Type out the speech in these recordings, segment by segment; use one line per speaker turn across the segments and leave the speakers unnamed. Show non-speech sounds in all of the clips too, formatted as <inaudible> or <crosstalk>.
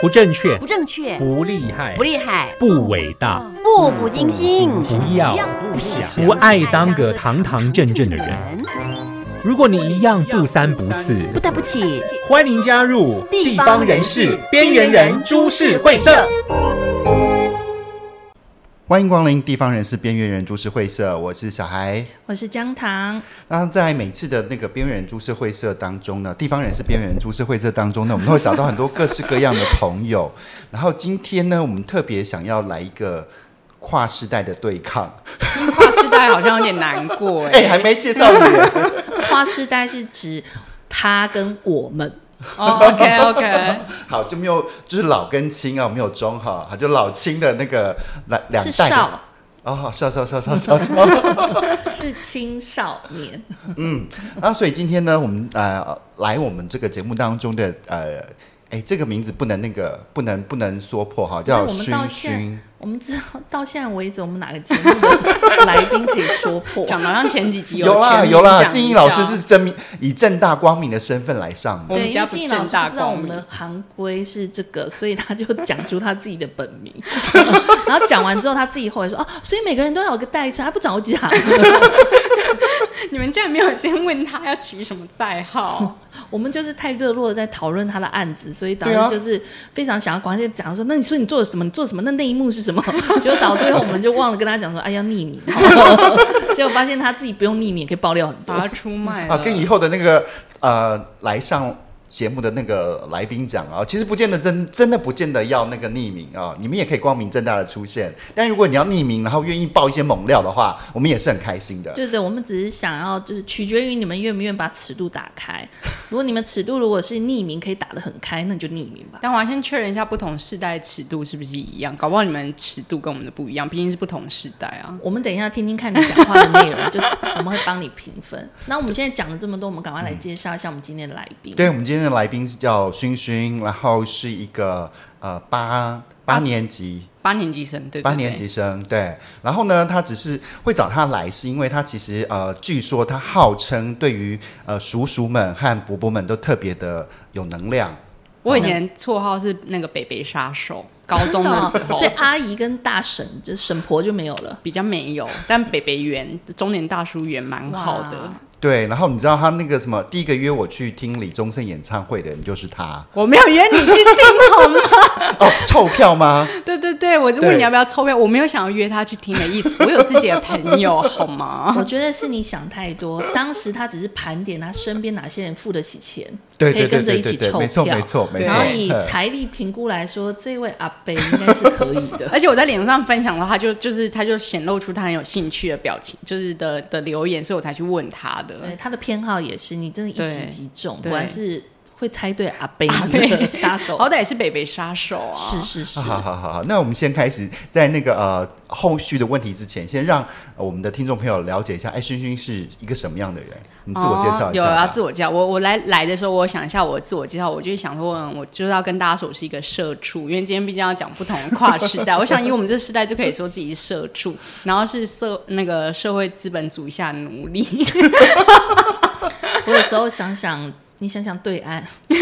不正确
不，正确，
不厉害，
不厉害，
不伟大，
步步惊心，
不要
不想，
不爱当个堂堂正正的人。如果你一样不三不四，
不得不起
欢迎加入
地方人士边缘人株式会社。
欢迎光临地方人士边缘人株式会社，我是小孩。
我是姜糖， <laughs>
那在每次的那个边缘人株式会社当中呢，地方人士边缘人株式会社当中呢，我们都会找到很多各式各样的朋友。 <laughs> 然后今天呢，我们特别想要来一个跨世代的对抗。
跨世代好像有点难过
欸
哎、
哎、
还没介绍你，
跨世代是指他跟我们。哦、o k OK，
<laughs> 好就没有，就是老跟青啊，没有中哈，好就老青的那个两两
是
代
少
哦，好少少少少少少。
是青少
<laughs>
年，
那啊所以今天呢，我们呃来我们这个节目当中的呃，哎，这个名字不能那个不能不能说破哈，叫
不是我们
熏
道歉
熏。
我们知道到现在为止，我们哪个节目的来宾可以说破？
讲得好像前几集
有啦
啦
有啦，静怡老师是真名以正大光明的身份来上的。
我们
对，
比
因
较
为
不
静怡老
正
师
大
不知道我
光
们的
明，
行规是这个，所以他就讲出他自己的本名。 <laughs> 然后讲完之后，他自己后来说：“哦，所以每个人都要有个代称，他不早讲。 <laughs>
你们竟然没有先问他要取什么代号？
我们就是太热络的在讨论他的案子，所以导
对啊
致就是非常想要赶快就讲说，那你说你做了什么？你做了什么？那那一幕是什么？ <laughs> 结果导最后我们就忘了跟他讲说，哎，要匿名。 <laughs> 结果发现他自己不用匿名也可以爆料很
<laughs> 把
多。
他出卖了
啊，跟以后的那个呃来上节目的那个来宾讲啊，其实不见得真真的不见得要那个匿名啊，你们也可以光明正大的出现。但如果你要匿名，然后愿意爆一些猛料的话，我们也是很开心的。
对对，我们只是想要，就是取决于你们愿不愿意把尺度打开。如果你们尺度如果是匿名可以打得很开，那你就匿名吧。
但我要先确认一下不同世代的尺度是不是一样，搞不好你们尺度跟我们的不一样，毕竟是不同世代啊。
我们等一下听听看你讲话的内容，就我们会帮你评分。那我们现在讲了这么多，我们赶快来介绍一下我们今天的来宾。
嗯对，我啊们今天的来宾是叫熏熏，然后是一个呃八八年级。
八年级生，对对对
八年级生，对。然后呢，他只是会找他来，是因为他其实呃，据说他号称对于呃叔叔们和伯伯们都特别的有能量。
我以前绰号是那个北北杀手，高中的时候
哦所以啊阿姨跟大婶，就婶婆就没有了。
比较没有，但北北圆中年大叔圆蛮好的
哇。
对，然后你知道他那个什么，第一个约我去听李宗盛演唱会的人就是他
我没有约你去听好吗？
<laughs>
哦，凑票吗？
<laughs> 对对对，我是
对
问你要不要抽票，我没有想要约他去听的意思，我有自己的朋友好吗？ <laughs>
我觉得是你想太多，当时他只是盘点他身边哪些人付得起钱，
对
可以
对对
跟着
对
一
对
起
对，
抽
没错
票，
没错没错。
然后以
嗯
财力评估来说，这位阿伯应该是可以
<laughs>
的。
而且我在脸书上分享的话，就就是他就显露出他很有兴趣的表情，就是的的留言，所以我才去问他的。
对他的偏好也是，你真的一击即中，
对
果然是会猜对阿伯
阿伯
的杀
<laughs>
手
好。歹也哦是北北杀手啊，
是是是
好，好好好，那我们先开始在那个呃后续的问题之前，先让、呃我们的听众朋友了解一下，哎，熏熏是一个什么样的人？你自我介绍
哦
一
有
下吧。
要自我介绍。我我来来的时候，我想一下我的自我介绍，我就是想说，嗯我就是要跟大家说我是一个社畜，因为今天毕竟要讲不同的跨时代，我想以我们这时代就可以说自己是社畜，然后是社那个社会资本主义下的奴隶。
我有时候想想，你想想对岸，你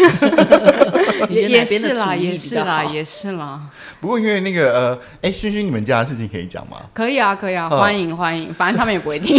觉得哪边
也也是
的主
啦，
义
也
比
是
较
啦，
好？
也是啦，
不过因为那个呃，哎，熏熏，你们家的事情可以讲吗？
可以啊，可以啊，
嗯
哦
欢迎欢迎，反正他们也不会
<laughs>
听。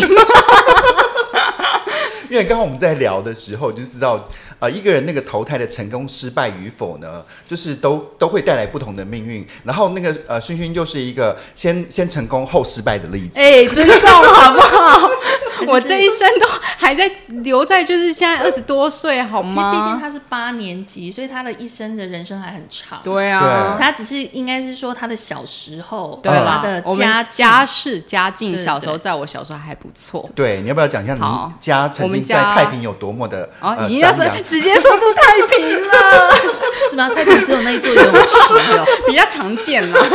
因为刚刚我们在聊的时候，就知道呃，一个人那个投胎的成功、失败与否呢，就是都都会带来不同的命运。然后那个呃，熏熏就是一个先先成功后失败的例子。
哎、尊重好不好？
<laughs> 就是
我这一生都还在留在，就是现在二十多岁，好
其实毕竟
吗？
他是八年级，所以他的一生的人生还很长。
对
对
啊，
他只是应该是说他的小时候，
对
他
啦，
的
我
家
们家世家
对
境，
对
小时候在我小时候还不错。
对，你要不要讲一下你们
好
家曾
我们
经在
家
太平有多么的
哦，
呃
已经要
张
是
扬？
直接说出太平了，
是吗？太平只有那一座游泳池
<laughs>
有，
比较常见啦。 <laughs>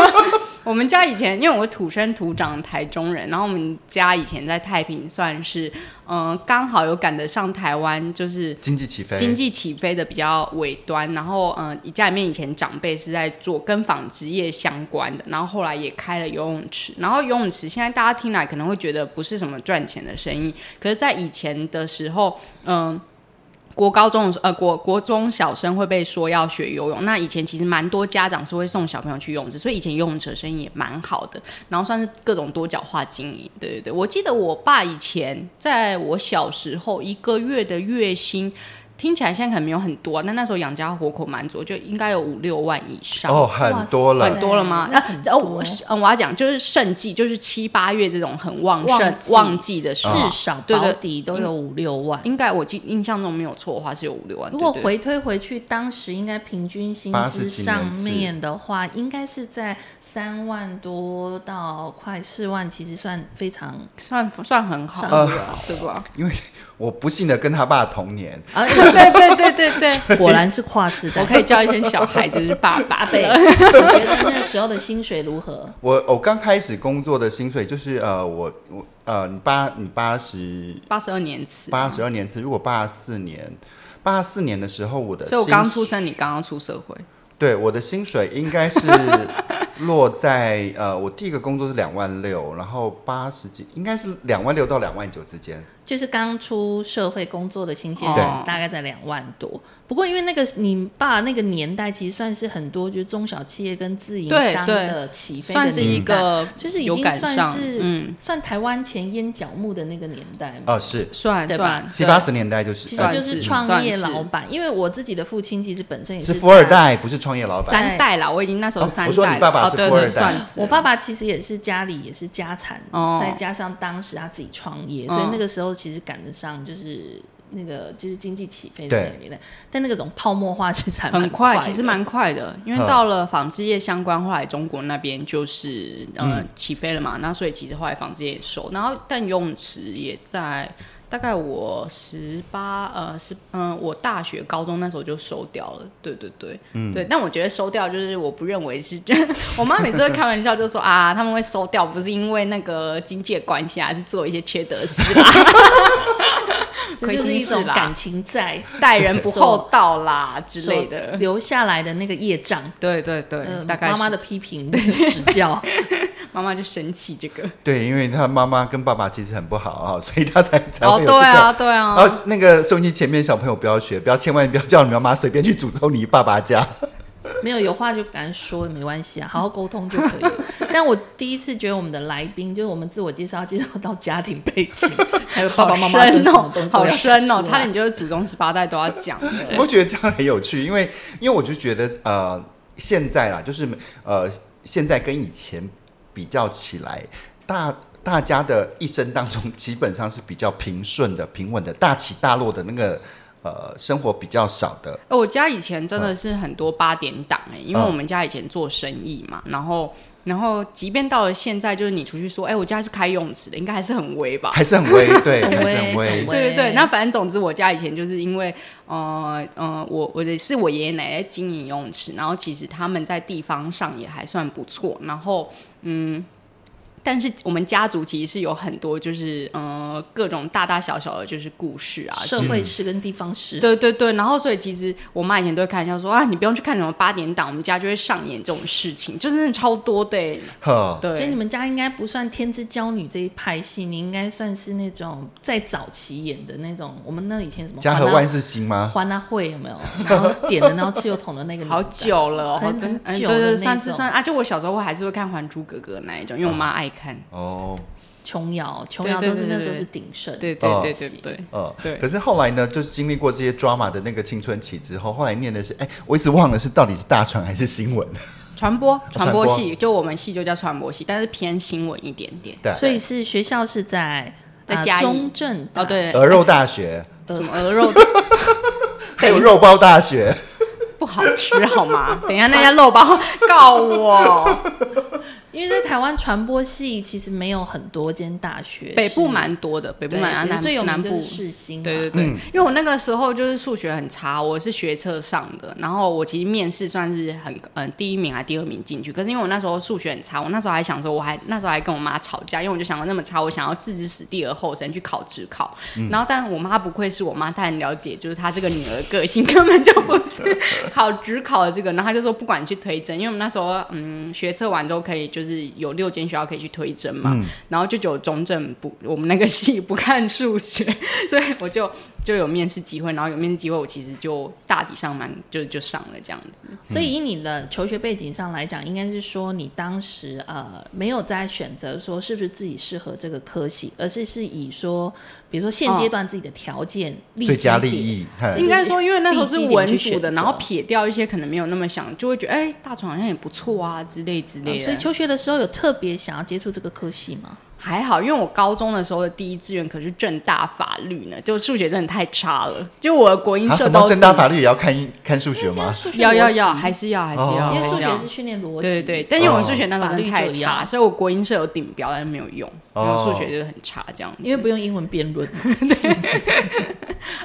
我们家以前，因为我土生土长的台中人，然后我们家以前在太平算是，嗯、刚好有赶得上台湾，就是
经济起飞，
经济起飞的比较尾端，然后嗯，呃家里面以前长辈是在做跟纺织业相关的，然后后来也开了游泳池，然后游泳池现在大家听来可能会觉得不是什么赚钱的生意，可是，在以前的时候，嗯、国高中的时候，呃，国国中小生会被说要学游泳。那以前其实蛮多家长是会送小朋友去游泳池，所以以前游泳池的生意也蛮好的，然后算是各种多角化经营。对对对，我记得我爸以前在我小时候一个月的月薪。听起来现在可能没有很多、啊，但那时候养家活口蛮足，就应该有五六万以上。
哦，很多
很
了，
多了吗？
那
啊
很
哦，
多
我是嗯，我要讲就是盛季，就是七八月这种很旺
旺
盛
季
旺季的时
至
候，
少
对
保
对
底都有五六万。
应该我记印象中没有错的话是有五六万。
如果
对对
回推回去，当时应该平均薪资上面的话，应该是在三万多到快四万，其实算非常
算算很好
算
了，
很
对吧？ <laughs>
因为我不幸的跟他爸同年，
啊，
对对对对 <laughs> 对，
果然是跨世代。
<laughs> 我可以叫一声小孩就是爸爸
对，
的。
你觉得那时候的薪水如何？
我我刚开始工作的薪水就是呃，我我呃，你八你八十
八十二年次，
八十二年次，如果八四年，八四年的时候我的薪，
所以我刚出生，你刚刚出社会，
对，我的薪水应该
<laughs>
是落在呃，我第一个工作是两万六，然后八十几，应该是两万六到两万九之间。
就是刚出社会工作的新鲜
哦
人
对，
大概在两万多。不过因为那个你爸那个年代，其实算是很多就是中小企业跟自营
对
商
对
的起飞的
算是一
年代
个
就是已
有
经
赶
算
上，
是
嗯，
算台湾前烟角木的那个年代嘛。
哦，是
算
对吧
算
七八
对
十年代就是，
其实
呃
就
算
是
是
创
算
业
是
老板，因为我自己的父亲其实本身也
是
在
富二，代，不是创业老板。
三代啦，我已经那时候
哦
三代了。
我说你爸爸
哦
是
对
富
对
二代
算是
我爸爸其实也是家里也是家产，
哦
再加上当时他自己创业，所以
嗯
那个时候其实赶得上就是。那个就是经济起飞的
对
那个年代，但那个种泡沫化其实还蛮
很快，
的
其实蛮快的，因为
嗯
到了纺织业相关，后来中国那边就是呃、起飞了嘛，那所以其实后来纺织业也熟，然后但游泳池也在大概我十八呃十嗯、我大学高中那时候就收掉了，对对对，嗯对，但我觉得收掉就是我不认为是真，我妈每次会开玩笑就说啊他们会收掉，不是因为那个经济的关系啊，是做一些缺德事啦，
<laughs> 这就是一种
亏心事啦
感情债
待人不厚道啦之类
所
<laughs> 的。
留下来的那个业障，
对对对，
呃，
大概
妈妈
是
的批评、指教，
嗯
<laughs>
妈妈就生气这个。
对，因为他妈妈跟爸爸其实很不好啊，所以他才才
哦，
会有这
对
个。
啊，对啊。
然后那个收音机前面小朋友不要学，不要千万不要叫你妈妈随便去诅咒你爸爸家。
没有有话就敢说，没关系啊，好好沟通就可以
<laughs>
了。但我第一次觉得我们的来宾，就是我们自我介绍介绍到家庭背
<laughs>
景，还有爸爸妈妈跟
深
什么
哦
东，
好深哦，
哦，
差点就是祖宗十八代都要讲的。
我觉得这样很有趣，因为因为我就觉得呃，现在啦，就是呃，现在跟以前比较起来，大大家的一生当中基本上是比较平顺的、平稳的，大起大落的那个呃生活比较少的。
哎 <laughs> 我家以前真的是很多八点档哎、
嗯
因为我们家以前做生意嘛，然后然后即便到了现在，就是你出去说，哎、我家是开泳池的，应该还是很威吧？
还是很微，对，
很微
还是很微
很微。
对对对，那反正总之，我家以前就是因为，呃呃，我我的是我爷爷奶奶在经营游泳池，然后其实他们在地方上也还算不错，然后嗯。但是我们家族其实是有很多，就是呃各种大大小小的，就是故事啊，
社会事跟地方事。
对对对，然后所以其实我妈以前都会开玩笑说啊，你不用去看什么八点档，我们家就会上演这种事情，就真的超多的欸。
呵，
对，
所以你们家应该不算天之娇女这一派系，你应该算是那种在早期演的那种。我们那以前什么
家和
欢
万
啊
事兴吗？
欢啊会有没有？然后点了然后汽油桶的那个年代
好久了哦，
很
真
很
嗯
久
对
的
对，
那
算是
种
算啊，就我小时候还是会看《还珠格格》那一种，因为我妈爱看。
哦，
琼瑶，琼
对
瑶
对
都是
对
那
对
时候是
对
鼎盛。
对
哦
对对对对，
呃，
对
可是后来呢，就是经历过这些 drama 的那个青春期之后，后来念的是，哎，我一直忘了是到底是大传还是新闻。 <laughs>
传播
传
传播
播
系，就我们系就叫传播系，但是偏新闻一点点。
对，
所以是学校是在
在
呃
嘉义
中正大
哦，对，
鹅肉大学
什么鹅肉
还有肉包大学。
不好吃好吗？ <laughs> 等一下那家肉包告我，
因为在台湾传播系其实没有很多间大学是，
北部蛮多的，北
对
部蛮啊
比如
南
最有
南
名就
部
是。世新嘛，
对对对，因为我那个时候就是数学很差，我是学测上的，然后我其实面试算是很嗯、第一名还第二名进去，可是因为我那时候数学很差，我那时候还想说我还那时候还跟我妈吵架，因为我就想说那么差，我想要置之死地而后生去考职考，然后但我妈不愧是我妈，她很了解， <laughs> 就是她这个女儿个性根本就不是考职考的这个，然后她就说不管你去推甄，因为我们那时候嗯学测完之后可以就是有六间学校可以去推甄嘛，然后就只有中正不我们那个系不看数学，所以我就就有面试机会，然后有面试机会，我其实就大体上蛮就就上了这样子。
所
嗯
以以你的求学背景上来讲，应该是说你当时呃没有在选择说是不是自己适合这个科系，而是是以说比如说现阶段自己的条件、利
哦最佳
基
利
点
益，嘿
应该说，因为那时候是文组
地基
的，
点去选择
然后撇掉一些可能没有那么想，就会觉得哎、大船好像也不错啊之类之类的。
呃所以求学的时候有特别想要接触这个科系吗？
还好，因为我高中的时候的第一志愿可是正大法律呢，就数学真的太差了，就我的国英
啊，
社
什
都
么正大法律也要看一看数学
因为现在
吗？
数学
要要
逻辑
要还是要还是要，
哦
因为
还
数
是要
学是训练逻辑，
对对，但因为我数学那时候真的太
法律就一
差，
样
所以我国英社有顶标，但是没有用，然后
哦
数学就是很差这样子。
因为不用英文辩论，
<laughs>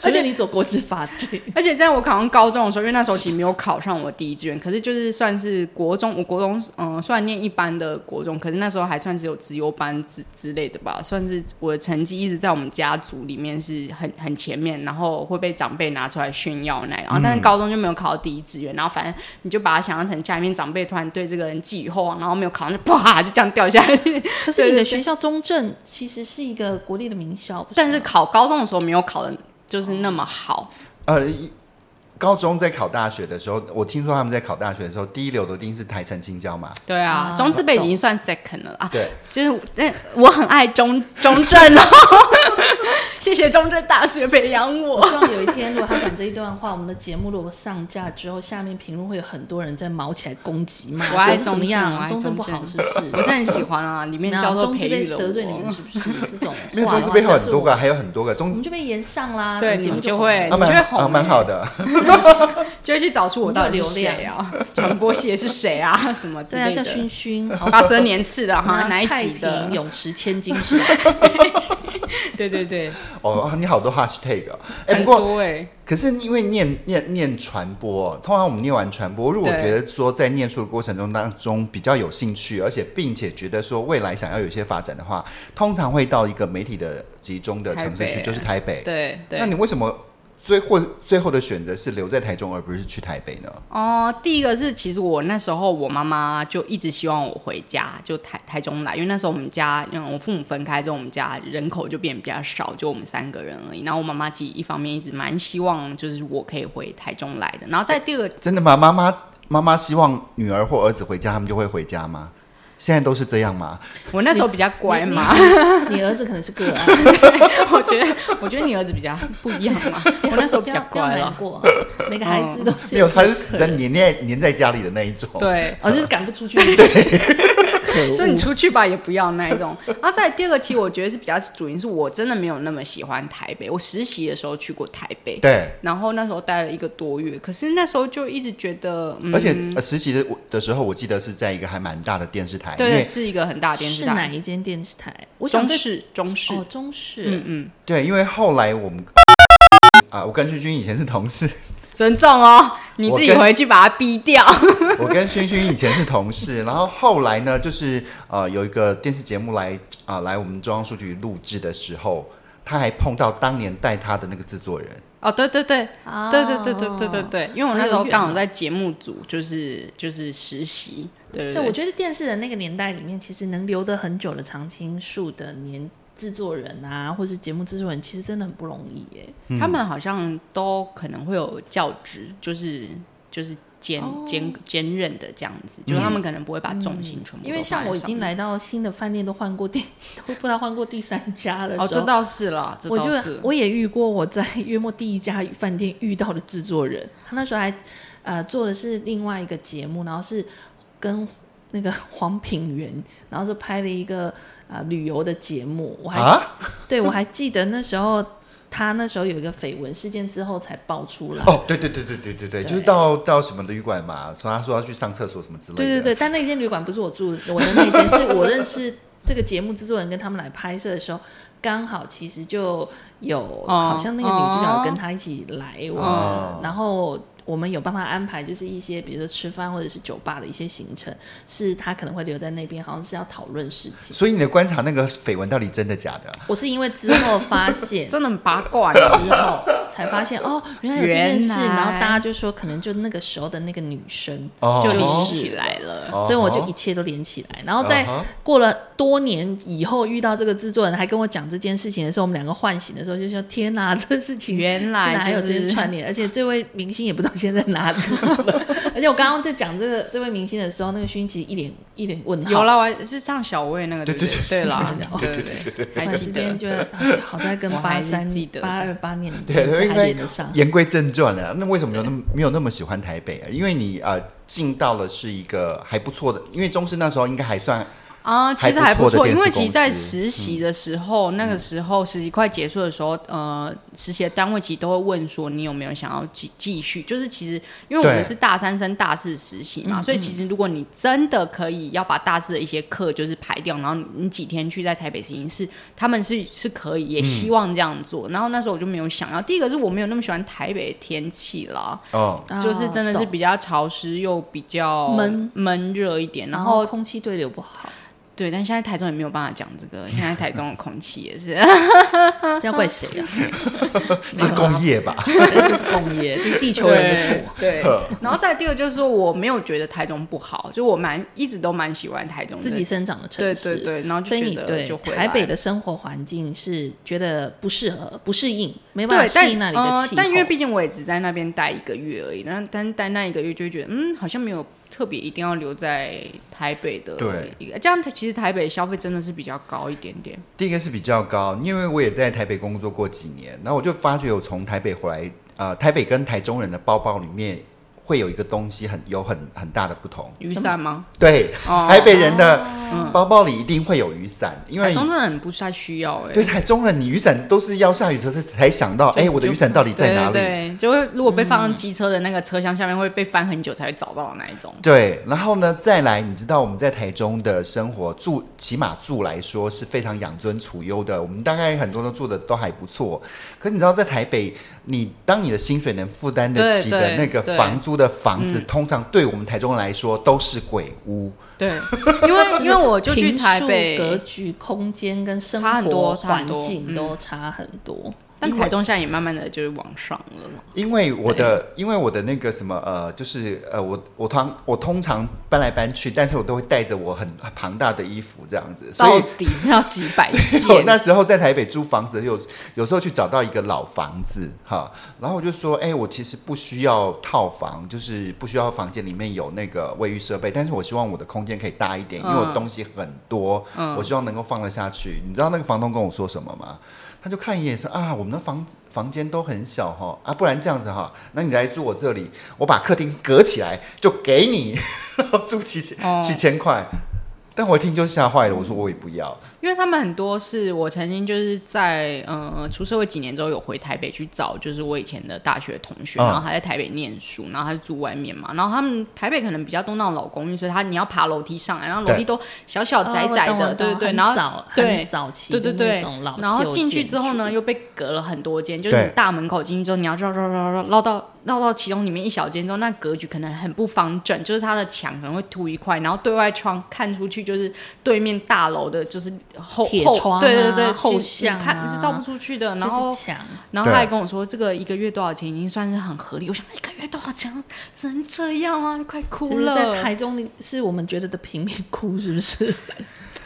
而且你走国际法庭，
<laughs> 而且在我考上高中的时候，因为那时候其实没有考上我第一志愿，可是就是算是国中，我国中嗯、呃、虽然念一般的国中，可是那时候还算是有资优班之之类的吧，算是我的成绩一直在我们家族里面是很很前面，然后会被长辈拿出来炫耀那，然后但是高中就没有考到第一志愿，然后反正你就把它想象成家里面长辈突然对这个人寄予厚望，然后没有考上就啪就这样掉下去， <laughs>
可是你的学校中正其实是一个国立的名校，不
但
吗
是考高中的时候没有考的就是那么好，
呃，高中在考大学的时候，我听说他们在考大学的时候，第一流的一定是台城青交嘛。
对啊
啊，
中字辈已经算 second 了啊。
对，
就是但我很爱中 <laughs> 中正哦，谢谢中正大学培养
我
我。
希望有一天，如果他讲这一段话，我们的节目如果上架之后，下面评论会有很多人在毛起来攻击骂，
我爱
说是怎么
中正我
样，
爱
中正不好
中
是不
<laughs>
是？
<laughs> 我是很喜欢啊，里面
然
教
后
授
中
培
字
育
辈
了
得罪你们
我。
是不是？
<laughs>
这种
没有
话
中字辈有
但是
很多
我
个，还有很多个
我
中
们就被延上啦，这
对
个节目
你们就
红
会
了
嗯我
啊蛮
觉得红
啊蛮好的。
就会去找出我到底是
<laughs>
谁啊，传播系的是谁啊，什么之
对啊，
类
叫熏
的。
熏，
八十二年次的哈，哪一
太
集的
平？泳池千金
<laughs>
是吧？
对对对，
哦， <laughs> 你好多 hashtag 哦。哎、
很
不过
多哎，
可是因为念念念传播哦，通常我们念完传播，如果
对
觉得说在念书的过程中当中比较有兴趣，而且并且觉得说未来想要有一些发展的话，通常会到一个媒体的集中的城市
台
去，
北
就是台北。
对对
那。你为什么最后最后的选择是留在台中，而不是去台北呢？
哦，第一个是，其实我那时候我妈妈就一直希望我回家，就台台中来，因为那时候我们家，嗯，我父母分开之后，我们家人口就变比较少，就我们三个人而已。然后我妈妈其实一方面一直蛮希望，就是我可以回台中来的。然后在第二个，
真的吗？妈妈妈妈希望女儿或儿子回家，他们就会回家吗？现在都是这样吗？
<laughs> 我那时候比较乖
你
嘛，
你儿子可能是个案，
<laughs>
啊
我觉得我觉得你儿子比较不一样嘛，我那时候比较
不要不要
乖了嗯
难。过，每个孩子都是
没有，他
这
是
种
死
可
在
能
黏黏黏在家里的那一种。
对，
哦，就是赶不出去，对，
所以你出去吧也不要那一种。然后再来第二个，其实我觉得是比较主因是我真的没有那么喜欢台北。我实习的时候去过台北，
对，
然后那时候待了一个多月，可是那时候就一直觉得，嗯，
而且、呃、实习的我的时候，我记得是在一个还蛮大的电视台，因
对
为
是一个很大的电视
是哪
台，
一间电视台？我想
中
这
视中视，
哦，中视，
嗯嗯，
对，因为后来我们啊，我跟勋勋以前是同事， <laughs>
尊重哦，你自己
我跟
回去把它逼
<laughs>
掉。
我跟勋勋以前是同事，然后后来呢，就是呃有一个电视节目来啊、来我们中央数据录制的时候，他还碰到当年带他的那个制作人，
哦，对对对，
啊
对对对对对对对，因为我那时
好
候
有缘
刚好
啊
在节目组，就是就是实习，对
对，我
对，
觉得电视的那个年代里面，其实能留得很久的常青树的年制作人啊，或是节目制作人，其实真的很不容易耶。
嗯
他们好像都可能会有教职，就是就是兼
哦嗯
兼兼任的这样
嗯
子，就是他们可能不会把重心全部
因为
都放
像
在
我已
上
经
面
来到新的饭店，都换过第， <laughs> 都不知道换过第三家了。
哦，这倒是啦，这
我
倒。
就是我也遇过我在月末第一家饭店遇到的制作人，他那时候还呃做的是另外一个节目，然后是跟那个黄品源，然后是拍了一个呃旅游的节目，我还、
啊
对我还记得那时候他那时候有一个绯闻事件之后才爆出来。
哦，对对对对对对对，就是到到什么旅馆嘛，说他说要去上厕所什么之类的，
对对对，但那间旅馆不是我住的，我的那间是我认识这个节目制作人跟他们来拍摄的时候，刚好其实就有，好像那个女主角有跟他一起来我，
哦
然后。我们有帮他安排，就是一些比如说吃饭或者是酒吧的一些行程，是他可能会留在那边，好像是要讨论事情。
所以你的观察那个绯闻到底真的假的？
我是因为之后发现
真的很八卦，
之后才发现哦，原来有这件事，
原来
然后大家就说可能就那个时候的那个女生，
哦
就
就
连
是
起来了。嗯
哦
所以我就一切都连起来。然后在
哦
过了多年以后遇到这个制作人，还跟我讲这件事情的时候，我们两个唤醒的时候就说：“天哪，这事情
原来
竟然还有
就
这
是
些串联，而且这位明星也不知道现在哪里了。 <laughs> 而且我刚刚在讲这个这位明星的时候，那个勋其实一脸一脸问号。
有啦，我还是上小薇那个对不对对啦，哦
对
对对对，
突
还
然
记
之
得
间觉得，哎好在跟
我
八
还是
三
记得
八二八年的
<laughs> 对，
还
因为
连得上。
言归正传了、那为什么有那么没有那么喜欢台北啊？因为你呃进到了是一个还不错的，因为中视那时候应该还算
啊，其实
还
还
不
不
错
错，
的
因
电视
为其实，在
公司嗯
实习的时候，那个时候实习快结束的时候，呃，实习的单位其实都会问说你有没有想要继继续，就是其实因为我
对嗯
们是大三升大四实习嘛，所以其实如果你真的可以要把大四的一些课就是排掉，然后你你几天去在台北实习是他们是是可以，
嗯
也希望这样做。然后那时候我就没有想要，第一个是我没有那么喜欢台北的天气啦，
哦，
啊
就是真的是
懂
比较潮湿又比较
闷
闷哦热一点，然
然
后
后空气对流不 <laughs> 好，
对，但现在台中也没有办法讲这 <laughs> 个，现在台中的空气也 <laughs> 是，
这要怪谁啊？
啊
这是工业吧？
<laughs> 这是工业，这是地球人的错。
对， <laughs> 然后再第二个就是说，我没有觉得台中不好，就我蛮一直都蛮喜欢台中的
自己生长的城
对
市，
对对，然后
所
就
以
觉
你
得
对
就回来
台北的生活环境是觉得不适合、不适应，没办法
对，
适
但
应那里的
呃
气候。，
但因为毕竟我也只在那边待一个月而已，那但待那一个月就会觉得，嗯，好像没有特别一定要留在台北的
对
一个，这样其实台北消费真的是比较高一点点，
第一个是比较高，因为我也在台北工作过几年，然后我就发觉我从台北回来，呃，台北跟台中人的包包里面会有一个东西很有很很大的不同。
雨伞吗？
对，
哦嗯
台北人的包包里一定会有雨伞，因为
台中真的很不太需要哎、
对台中人，你雨伞都是要下雨时候才想到，
就
哎，我的雨伞到底在哪里？
对对对，就会如果被放机车的那个车厢下面，会被翻很久才会找到的那一种。
对，然后呢，再来，你知道我们在台中的生活住，起码住来说是非常养尊处优的。我们大概很多都住的都还不错，可你知道在台北，你当你的薪水能负担得
对
起的
对
那个
对
房租的房子，
嗯
通常对我们台中人来说都是鬼屋。
<laughs> 对，
<laughs>
因为因为我就去
平数
台
格
北，
局、空间跟生
差很
活
多差
环
很多
境
嗯
都差很多。
但台中现在也慢慢的就是往上了。
因为我的，因为我的那个什么，呃，就是呃，我我通我通常搬来搬去，但是我都会带着我很庞大的衣服这样子，所
到
以
底是要几百
<laughs> 我
件？
那时候在台北租房子，有有时候去找到一个老房子哈，然后我就说，哎、我其实不需要套房，就是不需要房间里面有那个卫浴设备，但是我希望我的空间可以大一点，因为我
嗯
东西很多，我希望能够放得下去。你知道那个房东跟我说什么吗？他就看一眼说啊，我们的房房间都很小哈，啊，不然这样子哈，那你来住我这里，我把客厅隔起来就给你， <laughs> 然后住七千
哦
七千块。但我一听就吓坏了，我说我也不要。
因为他们很多是我曾经就是在呃出社会几年之后有回台北去找，就是我以前的大学同学，
嗯
然后他在台北念书，然后他就住外面嘛，然后他们台北可能比较多那种老公寓，所以他你要爬楼梯上来，然后楼
对
梯都小小窄
哦我
窄
懂
的，
我
对
懂
对对，
很
然后
早
对
很早期
对
的
对
那
对
种老，
然后
旧
进去
建
之后呢，
筑
又被隔了很多间，就是
对
你大门口进去之后，你要绕绕绕绕绕到绕到其中里面一小间之后，那格局可能很不方正，就是它的墙可能会凸一块，然后对外窗看出去就是对面大楼的，就是后
铁
后
窗啊
对对对，
后
其实
巷
你看你
啊
是照不出去的，然
就
后
是。强，
然后他
对
还跟我说，这个一个月多少钱已经算是很合理。我想一个月多少钱，只能这样吗？快
就
哭
是
了，
在台中的是我们觉得的贫民窟，是不是？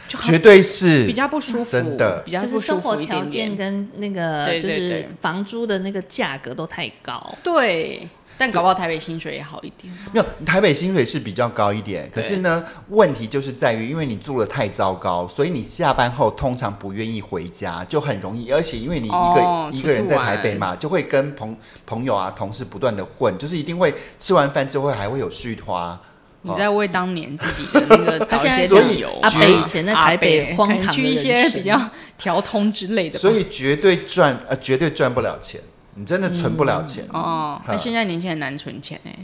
就好
绝对是
比较不舒服，
真的
比较
就
不
是
舒
生活
服一
条
点
件。
点
跟那个
对
就
对
是
对
房租的那个价格都太高。
对，但搞不好台北薪水也好一点。
没有台北薪水是比较高一点，可
对
是呢，问题就是在于，因为你住的太糟糕，所以你下班后通常不愿意回家，就很容易，而且因为你一个、
哦
一个人在
出去
台
玩
北嘛，就会跟朋朋友啊、同事不断的混，就是一定会吃完饭之后还会有续花。
你在为当年自己的
<laughs>
那个找
现在
一些
所以
理由
阿
嘛
北以前在台北
阿北
荒唐的
可能去一些
人生
比较调通之类的吧。
所以绝对赚呃，绝对赚不了钱，你真的存不了钱啊、
哦，
嗯
那现在年轻人难存钱哎，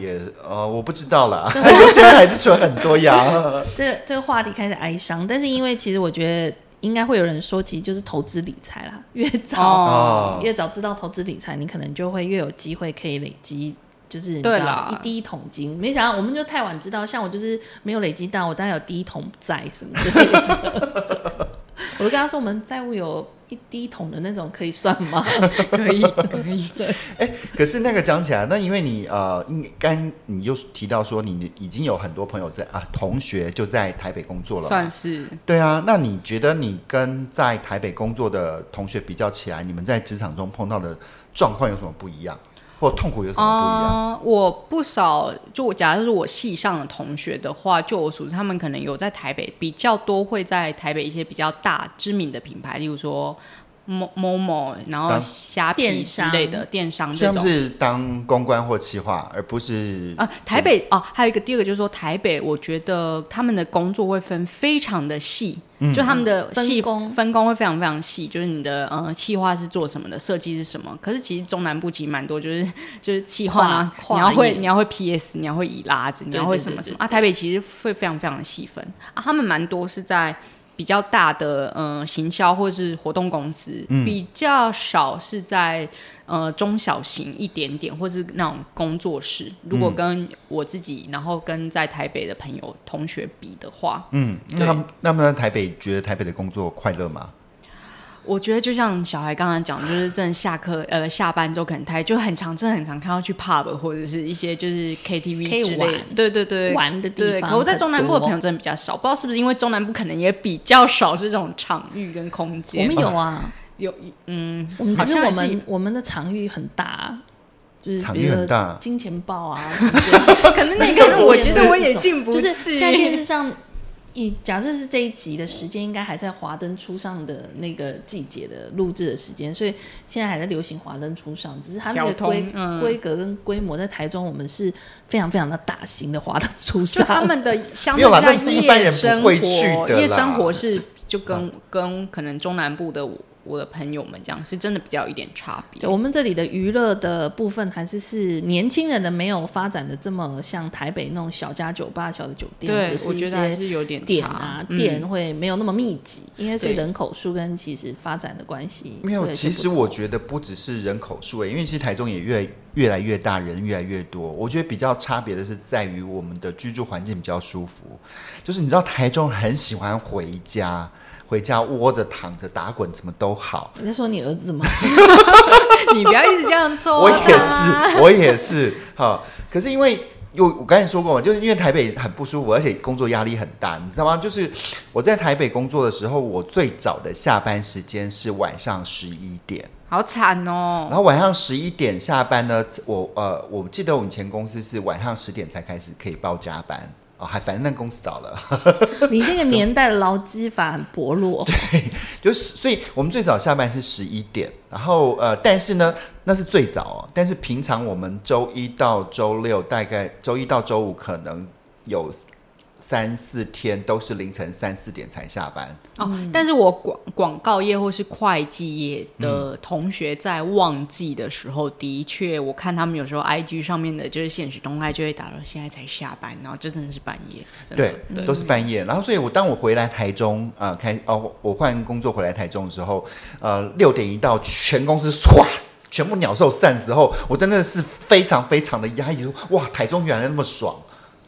也呃，我不知道啦， <laughs> 有些人还是存很多
<laughs> 哦
呀。
这个这个话题开始哀伤，但是因为其实我觉得应该会有人说，其实就是投资理财啦，越早、
哦，
越早知道投资理财，你可能就会越有机会可以累积。就是你知
对
道
啦
一第一桶金，没想到我们就太晚知道，像我就是没有累积到，我大概有第一桶债什么之类的。我就跟他说，我们债务有一低桶的那种可以算吗？
可以可以， <laughs>
可是那个讲起来，那因为你呃，应该你又提到说你已经有很多朋友在啊，同学就在台北工作了嘛，
算是
对啊。那你觉得你跟在台北工作的同学比较起来，你们在职场中碰到的状况有什么不一样，或痛苦有什么不一样？
嗯我不少，就我假如是我系上的同学的话，就我所知，他们可能有在台北比较多，会在台北一些比较大知名的品牌，例如说某某某，然后
当
虾皮
电
之
商
类的电商
虽
这
然
种
不。是当公关或企划，而不嗯是
啊，台北哦，还有一个第二个就是说，台北我觉得他们的工作会分非常的细，就他们的
分
细
工
分工会非常非常细，就是你的呃企划是做什么的，设计是什么。可是其实中南部其实蛮多，就是就是企划啊，
跨
你要
跨
会
业
你要会 PS，你要会以拉子，你要会什么什么啊。台北其实会非常非常的细分啊，他们蛮多是在。比较大的呃行销或是活动公司，比较少是在呃中小型一点点，或是那种工作室。如果跟我自己，然后跟在台北的朋友同学比的话，
嗯，那他们那么在台北觉得台北的工作快乐吗？
我觉得就像小孩刚才讲，就是真的下课呃下班之后可能太就很常真的很常看到去 pub 或者是一些就是 KTV
可以
之类的
玩
对对对
玩的地
对。
方
可我在
很
中南部的
多
朋友真的比较少，不知道是不是因为中南部可能也比较少是这种场域跟空
我
间
们。有啊，
有嗯，
我们只是
好像
我
还是
们我们的场域很大，就是
场
比如
域
说
很大
金钱豹
<laughs>
啊，
可能那个我觉得我也
这种
进不
就
去。
是现在电视上，以假设是这一集的时间，应该还在华灯初上的那个季节的录制的时间，所以现在还在流行华灯初上，只是它那个
调
规
通嗯
规、格跟规模在台中我们是非常非常的大型的华灯初
就
上，
他 <laughs> 们的相
没
对
有啦
在
那是一般
夜
人
生
不会去
活，
的啦
夜生活是就跟跟可能中南部的我我的朋友们这样，是真的比较有一点差别
对，。我们这里的娱乐的部分还是是年轻人的没有发展的这么像台北那种小家酒吧、小的酒店，或
对
者，是
我
一
觉得
些
还是有点 <laughs>
点
差
啊，
嗯
店会没有那么密集，应该是
对
人口数跟其实发展的关系。
没有，
对
其
就不
实我
同
觉得不只是人口数、欸，因为其实台中也越越来越大，人越来越多。我觉得比较差别的是在于我们的居住环境比较舒服，就是你知道台中很喜欢回家，回家窝着躺着打滚什么都好。
你在说你儿子吗？ <laughs>
你不要一直这样做
我
啊。
也
哦
是，我也是，哈。可是因为有我刚才说过嘛，就是因为台北很不舒服，而且工作压力很大，你知道吗？就是我在台北工作的时候，我最早的下班时间是晚上十一点。
好惨哦
然。后晚上十一点下班呢，我呃，我记得我以前公司是晚上十点才开始可以报加班。哦，还反正那公司倒了， <laughs>
你那个年代的劳基法很薄
<laughs>
弱，
就是所以我们最早下班是十一点，然后呃，但是呢，那是最早哦，但是平常我们周一到周六，大概周一到周五可能有三四天都是凌晨三四点才下班，
哦，
嗯
但是我广广告业或是会计业的同学在旺季的时候，的确，我看他们有时候 IG 上面的就是现实动态就会打说现在才下班，然后就真的是半夜，真的
对，都是半夜。然后，所以我当我回来台中啊、呃开哦，我换工作回来台中的时候，呃，六点一到，全公司唰。全部鸟兽散的时候，我真的是非常非常的压抑，说哇，台中原来那么爽，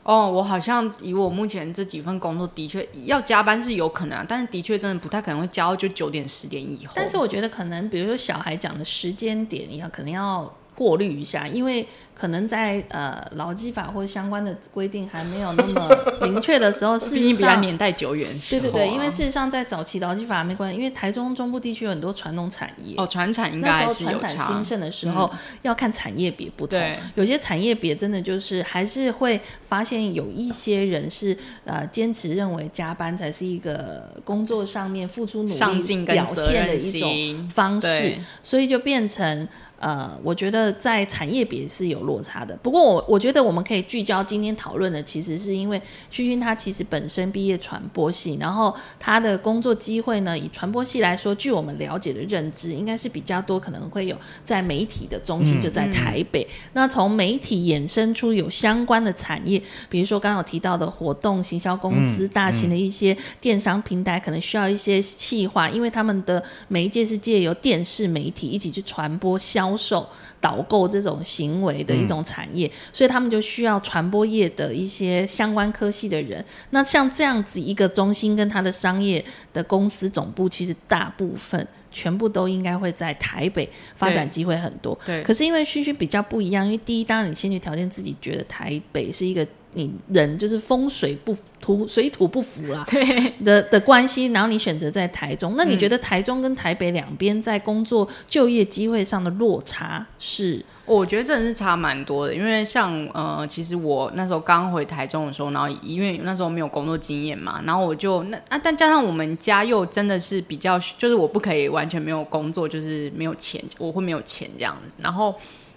哦，我好像以我目前这几份工作，的确要加班是有可能、啊，但是的确真的不太可能会加到就九点十点以后。
但是我觉得可能，比如说小孩讲的时间点，要可能要过滤一下，因为可能在呃劳基法或相关的规定还没有那么明确的时候，事
<laughs> 毕竟
实
比较
上。
年代久远的时
对
候
对
啊，
对，因为事实上在早期劳基法还没关，因为台中中部地区有很多传统产业，
哦，船产应该
那时
还
候
是有
传产
差嗯
兴。盛的时候，要看产业别不同
对。
有些产业别真的就是还是会发现有一些人是呃坚持认为加班才是一个工作上面付出努
上
力
进跟
表
责
现的
任
一
心
种方式
对，
所以就变成呃，我觉得在产业别是有落差的。不过我我觉得我们可以聚焦今天讨论的，其实是因为旭勋他其实本身毕业传播系，然后他的工作机会呢，以传播系来说，据我们了解的认知，应该是比较多，可能会有在媒体的中心就在台北。那从媒体衍生出有相关的产业，比如说刚刚有提到的活动行销公司、大型的一些电商平台，可能需要一些企划，因为他们的媒介是借由电视媒体一起去传播、销售，导导购这种行为
嗯
的一种产业，所以他们就需要传播业的一些相关科系的人。那像这样子一个中心跟它的商业的公司总部，其实大部分全部都应该会在台北，发展机会很多。
对
可是因为旭旭比较不一样，因为第一，当然你先决条件自己觉得台北是一个你人就是风水不土水土不服啦，
<laughs> 对，
的的关系，然后你选择在台中，那你
嗯
觉得台中跟台北两边在工作就业机会上的落差是？
我觉得真的是差蛮多的，因为像呃，其实我那时候刚回台中的时候，然后因为那时候没有工作经验嘛，然后我就那啊，但加上我们家又真的是比较，就是我不可以完全没有工作，就是没有钱，我会没有钱这样子。然后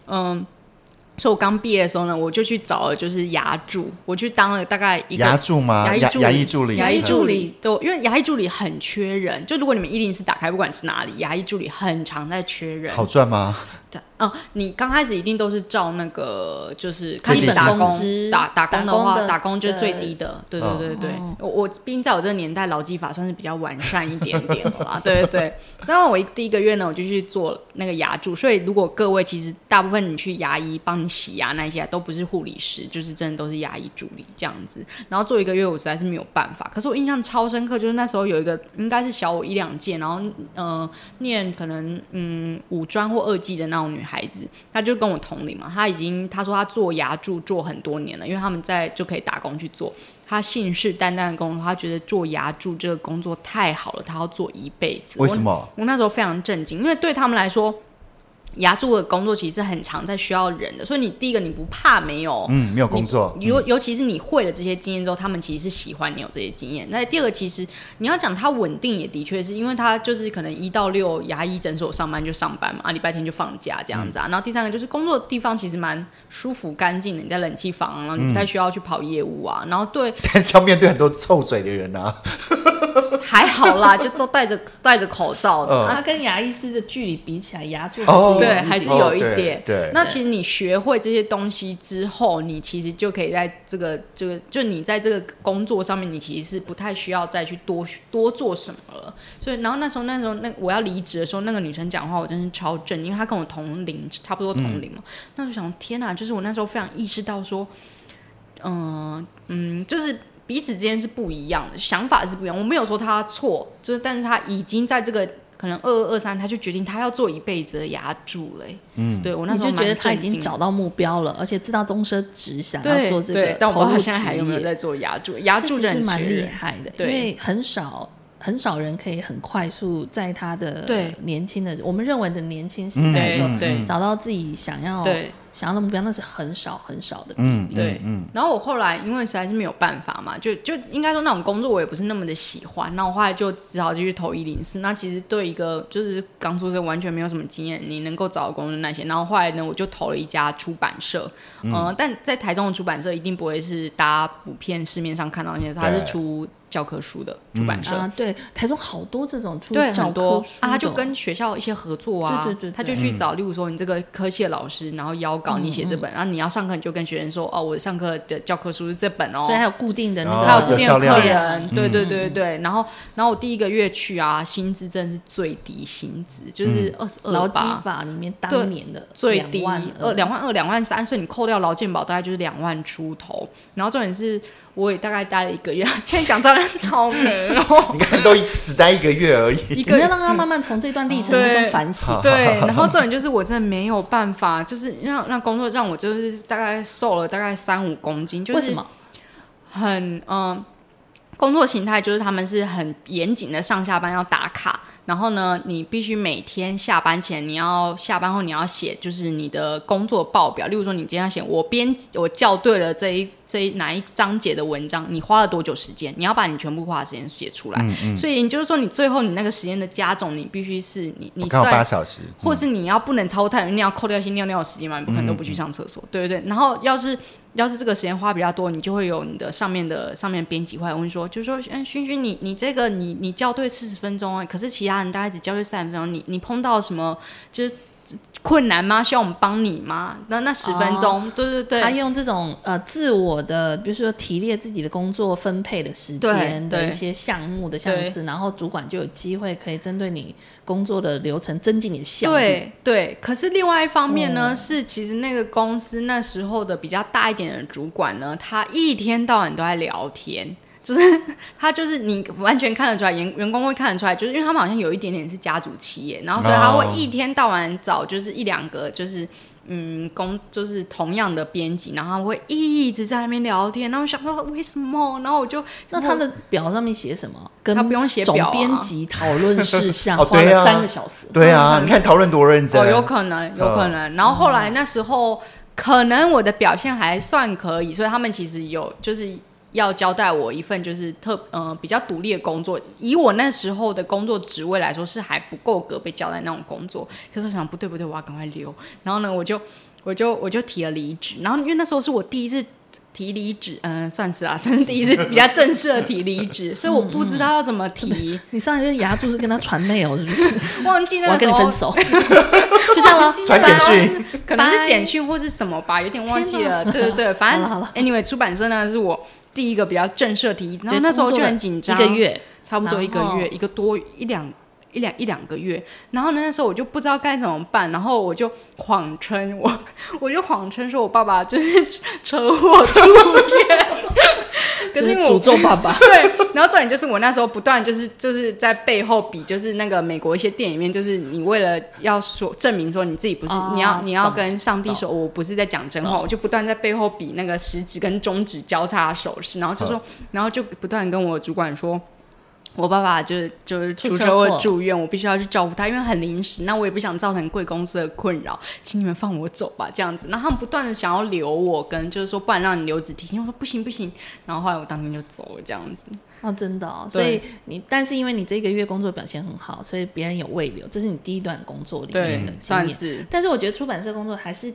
嗯，所以我刚毕业的时候呢，我就去找了就是牙助，我去当了大概一个
牙助吗？
牙医
牙
助理
牙医助理，
牙医
医
助
助
理
理
对，因为牙医助理很缺人，就如果你们一零四打开，不管是哪里，牙医助理很常在缺人。
好赚吗？
的哦、你刚开始一定都是照那个就是
最低
看打
薪
工
资
打打工的
打工
话，
的哦
打工就是最低的，对对
嗯
对对。我我毕竟在我这个年代，劳基法算是比较完善一点点了啦，对对对。然后我一第一个月呢，我就去做那个牙柱，所以如果各位其实大部分你去牙医帮你洗牙那一些啊都不是护理师，就是真的都是牙医助理这样子。然后做一个月，我实在是没有办法。可是我印象超深刻，就是那时候有一个应该是小我一两届，然后呃念可能嗯五专或二技的那种女孩子，她就跟我同龄嘛，她已经她说她做牙柱做很多年了，因为他们在就可以打工去做。她信誓旦旦的跟我说，她觉得做牙柱这个工作太好了，她要做一辈子。
为什么？
我那时候非常震惊，因为对他们来说，牙柱的工作其实很常在需要人的，所以你第一个你不怕没有，
嗯，没有工作，
尤尤其是你会了这些经验之后，他们其实是喜欢你有这些经验。那第二个，其实你要讲它稳定，也的确是因为它就是可能一到六牙医诊所上班就上班嘛，啊，礼拜天就放假这样子
嗯
啊。然后第三个就是工作的地方其实蛮舒服干净的，你在冷气房，啊然后你不太需要去跑业务啊。然后
<laughs>
对，
但是要面对很多臭嘴的人啊。
还好啦，就都戴着戴着口罩的。
嗯
它跟牙医师的距离比起来，牙柱
哦
对，还是有一点。
哦对对
那其实你学会这些东西之后，你其实就可以在这个这个，就你在这个工作上面，你其实是不太需要再去多多做什么了。所以，然后那时候那时候那我要离职的时候，那个女生讲话，我真是超震，因为她跟我同龄，差不多同龄嘛。那我就想，天哪！就是我那时候非常意识到说，嗯、嗯，就是彼此之间是不一样的，想法是不一样。我没有说他错，就是但是他已经在这个可能二二二三，他就决定他要做一辈子的牙柱了欸、嗯，对我那
你
时候
就觉得
蛮
他已
震
经
惊
找到目标了，而且知道终身只想
对
要做这
对
个，
但我不
投入
知道他
职
现在还有没有
业
在做牙柱，牙
这
柱
其
真
实
的很
蛮
缺
厉
人
害的，因
对
为很少很少人可以很快速在他的
对
年轻的我们认为的年轻时代的时候
对
嗯
对
嗯
找到自己想要
对。
想要的目哦标，那是很少很少的。
嗯，
对
嗯，
然后我后来因为实在是没有办法嘛，就就应该说那种工作我也不是那么的喜欢，那我后来就只好继续投一零四。那其实对一个就是刚出生完全没有什么经验，你能够找的工作那些，然后后来呢，我就投了一家出版社，嗯、但在台中的出版社一定不会是大家普遍市面上看到的那些，它是
对嗯
出教科书的出版社。
啊，对，台中好多这种出
对，
教
很多
科书
啊，他
的
就
哦
跟学校一些合作啊，
对对对对嗯
他就去
嗯
找，例如说你这个科系的老师，然后邀稿你写这本，然后你要上课你就跟学生说，哦，我上课的教科书是这本哦，
所以还有固定的那
哦
个，
还有固定的
有销
客
量嗯
人，对对对对对。然后，然后我第一个月去啊，薪资真的是最低薪资，
嗯
就是二十二
劳基
吧，
法里面
对
当年的
最低
万
二两万二两万三，所以你扣掉劳健保大概就是两万出头。然后重点是，我也大概待了一个月， <laughs> 现在讲照样超美哦。
你看都只待一个月而已，
一
你
个嗯
们要让他慢慢从这段历程
对
之中反省。
<laughs>
<laughs>
对，然后重点就是我真的没有办法，就是让让工作让我就是大概瘦了大概三五公斤，就是
为什么？
很嗯、工作形态就是他们是很严谨的，上下班要打卡。然后呢，你必须每天下班前，你要下班后你要写，就是你的工作报表。例如说，你今天要写我编辑我校对了这一这一哪一章节的文章，你花了多久时间？你要把你全部花的时间写出来。
嗯
所以你就是说，你最后你那个时间的加总，你必须是你你
我看到
算
八小时，
或是你要不能超过太阳，你要扣掉一些尿尿的时间嘛，你不可能都不去上厕所，对对对。然后要是要是这个时间花比较多，你就会有你的上面的上面编辑会来问说，就是说，嗯，勋勋，你你这个哎你你校对四十分钟啊，可是其他人大概只校对三十分钟，你你碰到什么就是困难吗？需要我们帮你吗？那那十分钟，对对对，
他用这种呃自我的，比如说提炼自己的工作分配的时间
对
的
对
一些项目的项次，然后主管就有机会可以针对你工作的流程增进你的嗯效率。
对对，可是另外一方面呢，是其实那个公司那时候的比较大一点的主管呢，他一天到晚都在聊天。就是 <laughs> 他，就是你完全看得出来，员员工会看得出来，就是因为他们好像有一点点是家族企业，然后所以他会
哦
一天到晚找就是一两个就是嗯工就是同样的编辑，然后他们会一直在那边聊天，然后我想说为什么，然后我就
那他的表上面写什么？跟
他不用写
总
表啊
编辑讨论事
<laughs>
项，
哦
花
对
了
啊
三个小时。
对啊，你看讨论多认真，
哦，有可能，有可能。然后后来那时候，可能我的表现还算可以，所以他们其实有就是要交代我一份就是特呃比较独立的工作。以我那时候的工作职位来说，是还不够格被交代那种工作。可是我想不对不对，我要赶快溜。然后呢，我就我就我就提了离职。然后因为那时候是我第一次。提离职，嗯、算是啊，算是
<laughs>
第一次比较正式的提离职，所以我不知道要怎么提，
你上一任牙柱是跟他传 mail 是不是？
忘记
我
<laughs> 那
要
个时
跟
候
你分手， <laughs> 就这样了。
传简讯，
可能
拜
是简讯或是什么吧，有点忘记了。
天哪
对对对，反
好了
正 anyway 出版社呢是我第一个比较正式的提议， <laughs> 然后那时候就很紧张，
<laughs> 一个，月，
差不多一个
然后
月，一个多一两。一两一两个月，然后呢，那时候我就不知道该怎么办，然后我就谎称我， <laughs> 我就谎称说我爸爸就是车祸住院， <laughs> 可
就是是
因为我
诅咒爸爸。
<laughs> 对，然后重点就是我那时候不断就是就是在背后比，就是那个美国一些电影里面，就是你为了要说证明说你自己不是，
哦
你要你要
懂
跟上帝说我不是在讲真话，我就不断在背后比那个食指跟中指交叉的手势，然后就说，然后就不断跟我主管说。我爸爸就是就是
出
出
车
车祸
祸
住院，我必须要去照顾他，因为很临时，那我也不想造成贵公司的困扰，请你们放我走吧，这样子。然后他们不断的想要留我，跟就是说不然让你留职停薪，我说不行不行。然后后来我当天就走了，这样子。
哦，真的哦，所
对
以你但是因为你这个月工作表现很好，所以别人有未留，这是你第一段工作里
嗯
面的
对，
经
算
验。
是
但是我觉得出版社工作还是